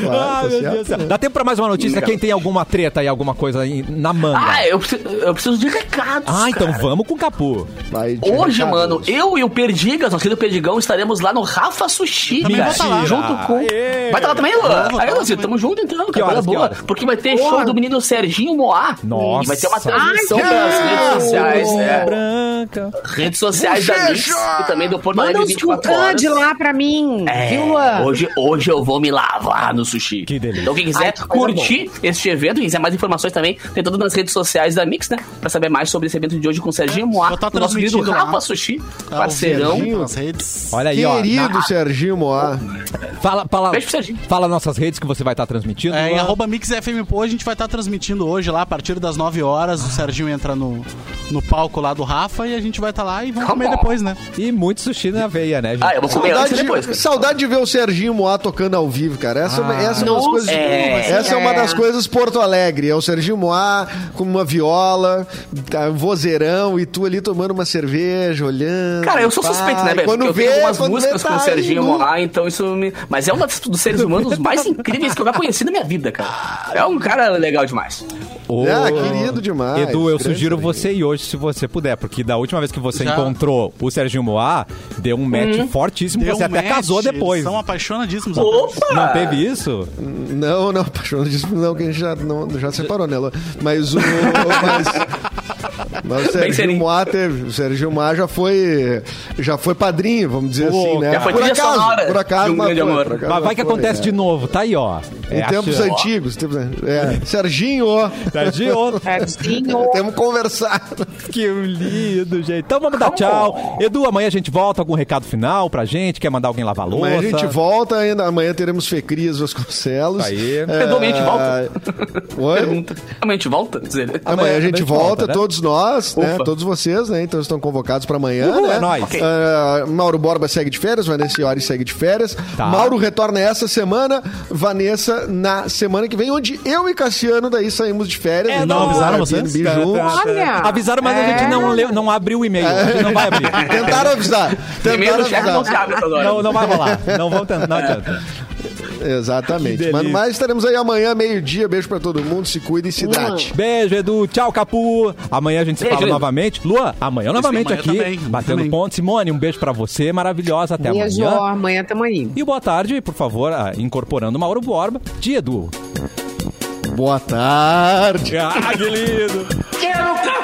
Claro, Ah, tá meu certo. Deus do céu. Dá tempo pra mais uma notícia. Legal. Quem tem alguma treta e alguma coisa aí na manga? Ah, eu preciso, eu preciso de recados. Ah, então cara. vamos com o Capu. Vai, tira, Hoje, cara. mano, eu e o Perdigas, nosso querido Perdigão, estaremos lá no Rafa Sushi, Também cara. vou tá lá. Junto com. Aê! Vai estar lá também, Vou, Luan? vou, Aí, vou, você, vou. tamo junto então, cara. horas, Coisa que boa. horas? Porque vai ter show do menino Serginho Moá. Nossa. E vai ter uma transmissão Ai, das que redes sociais, né? Branca. Redes sociais da Mix e também do Porto Manda Alegre uns 24 cucã horas. de lá pra mim. É, Viu, Luan? Hoje, hoje eu vou me lavar no sushi. Que delícia. Então, quem quiser Ai, que coisa curtir este evento, quem quiser mais informações também, tem tudo nas redes sociais da Mix, né? Pra saber mais sobre esse evento de hoje com o Serginho Moá, vou tá o nosso querido transmitindo lá. Rafa Sushi, Tá, o parceirão. Serginho nas redes. Olha aí, ó. Querido Serginho Moá. na- Fala, fala, Beijo pro Serginho. fala nossas redes que você vai estar transmitindo. Ah, É, em Luan. arroba Mix FM Pô, a gente vai estar transmitindo hoje lá a partir das 9 horas. O Serginho entra no, no palco lá do Rafa e a gente vai estar lá e vamos Come comer on. depois, né? E muito sushi na veia, né, gente? Ah, eu vou comer antes e depois. Saudade, cara. saudade de ver o Serginho Moá tocando ao vivo, cara. Essa, essa, é, uma das Ah, Nossa, coisas, é. essa é uma É. das coisas Porto Alegre. É o Serginho Moá com uma viola, tá, um vozeirão e tu ali tomando uma cerveja, olhando. Cara, eu sou pá. suspeito, né, velho? Quando Porque eu vê, tenho algumas quando músicas vê, com tá o Serginho indo. Moá, então isso me. Mas é um das- dos seres <laughs> humanos mais incríveis que eu já conheci na minha vida, cara. É um cara legal demais. Ô, Ah, querido demais. Edu, eu Grande sugiro amigo. você ir hoje, se você puder, porque da última vez que você Já. encontrou o Serginho Moá, deu um match fortíssimo, Deu você um até match, casou depois. Eles são apaixonadíssimos. Opa! Não teve isso? Não, <laughs> não, apaixonado disso, não, que a gente já, não, já separou, né, Lua? Mas o. mas, mas o Serginho serinho. Moá teve. O Serginho Moá já foi. Já foi padrinho, vamos dizer assim, né? já foi por é trilha acaso, sonora por acaso, de um mas grande foi, amor. por acaso, Mas vai mas que foi, acontece é. de novo, tá aí, ó. Em tempos chance. antigos, tempos, é, Serginho, Tá Serginho, É, Tadinho. temos conversado. <laughs> que lindo, gente. Então vamos dar tchau. Edu, amanhã a gente volta, algum recado final pra gente? Quer mandar alguém lavar a louça? Amanhã a gente volta ainda. Amanhã teremos Fecrias Vasconcelos. Tá aí. É, Edu, amanhã a gente volta. Oi? Pergunta. Amanhã a gente volta? né? Diz ele. Amanhã, a gente volta, né? todos nós, né? Ufa. Todos vocês, né? Então estão convocados pra amanhã. Uhul, né? é nóis. Ok. Ah, Mauro Borba segue de férias, Vanessa Iori segue de férias. Tá. Mauro retorna essa semana, Vanessa na semana que vem, onde eu e Cassiano daí saímos de férias. É Então, nóis. Avisaram Airbnb vocês? juntos. Tá, Olha. Avisaram, mas a É. gente não, leu, não abriu o e-mail. A gente não vai <laughs> abrir. Tentaram avisar. Primeiro Tentaram o chefe não se avisar. abre essas horas. Não, não vai rolar. Não vamos tentar. Não adianta. Que Exatamente. Mas, delícia. mas estaremos aí amanhã, meio-dia. Beijo pra todo mundo. Se cuidem, Hum. cidade. Beijo, Edu. Tchau, Capu. Amanhã a gente se Beijo, fala Edu. novamente. Lua, amanhã novamente amanhã aqui. também, batendo também. ponto. Simone, um beijo pra você. Maravilhosa. Até Beijo, amanhã. amanhã tamo aí. E boa tarde, por favor, ah, incorporando Mauro Borba de Edu. Boa tarde. <laughs> Ah, que lindo. Quero café!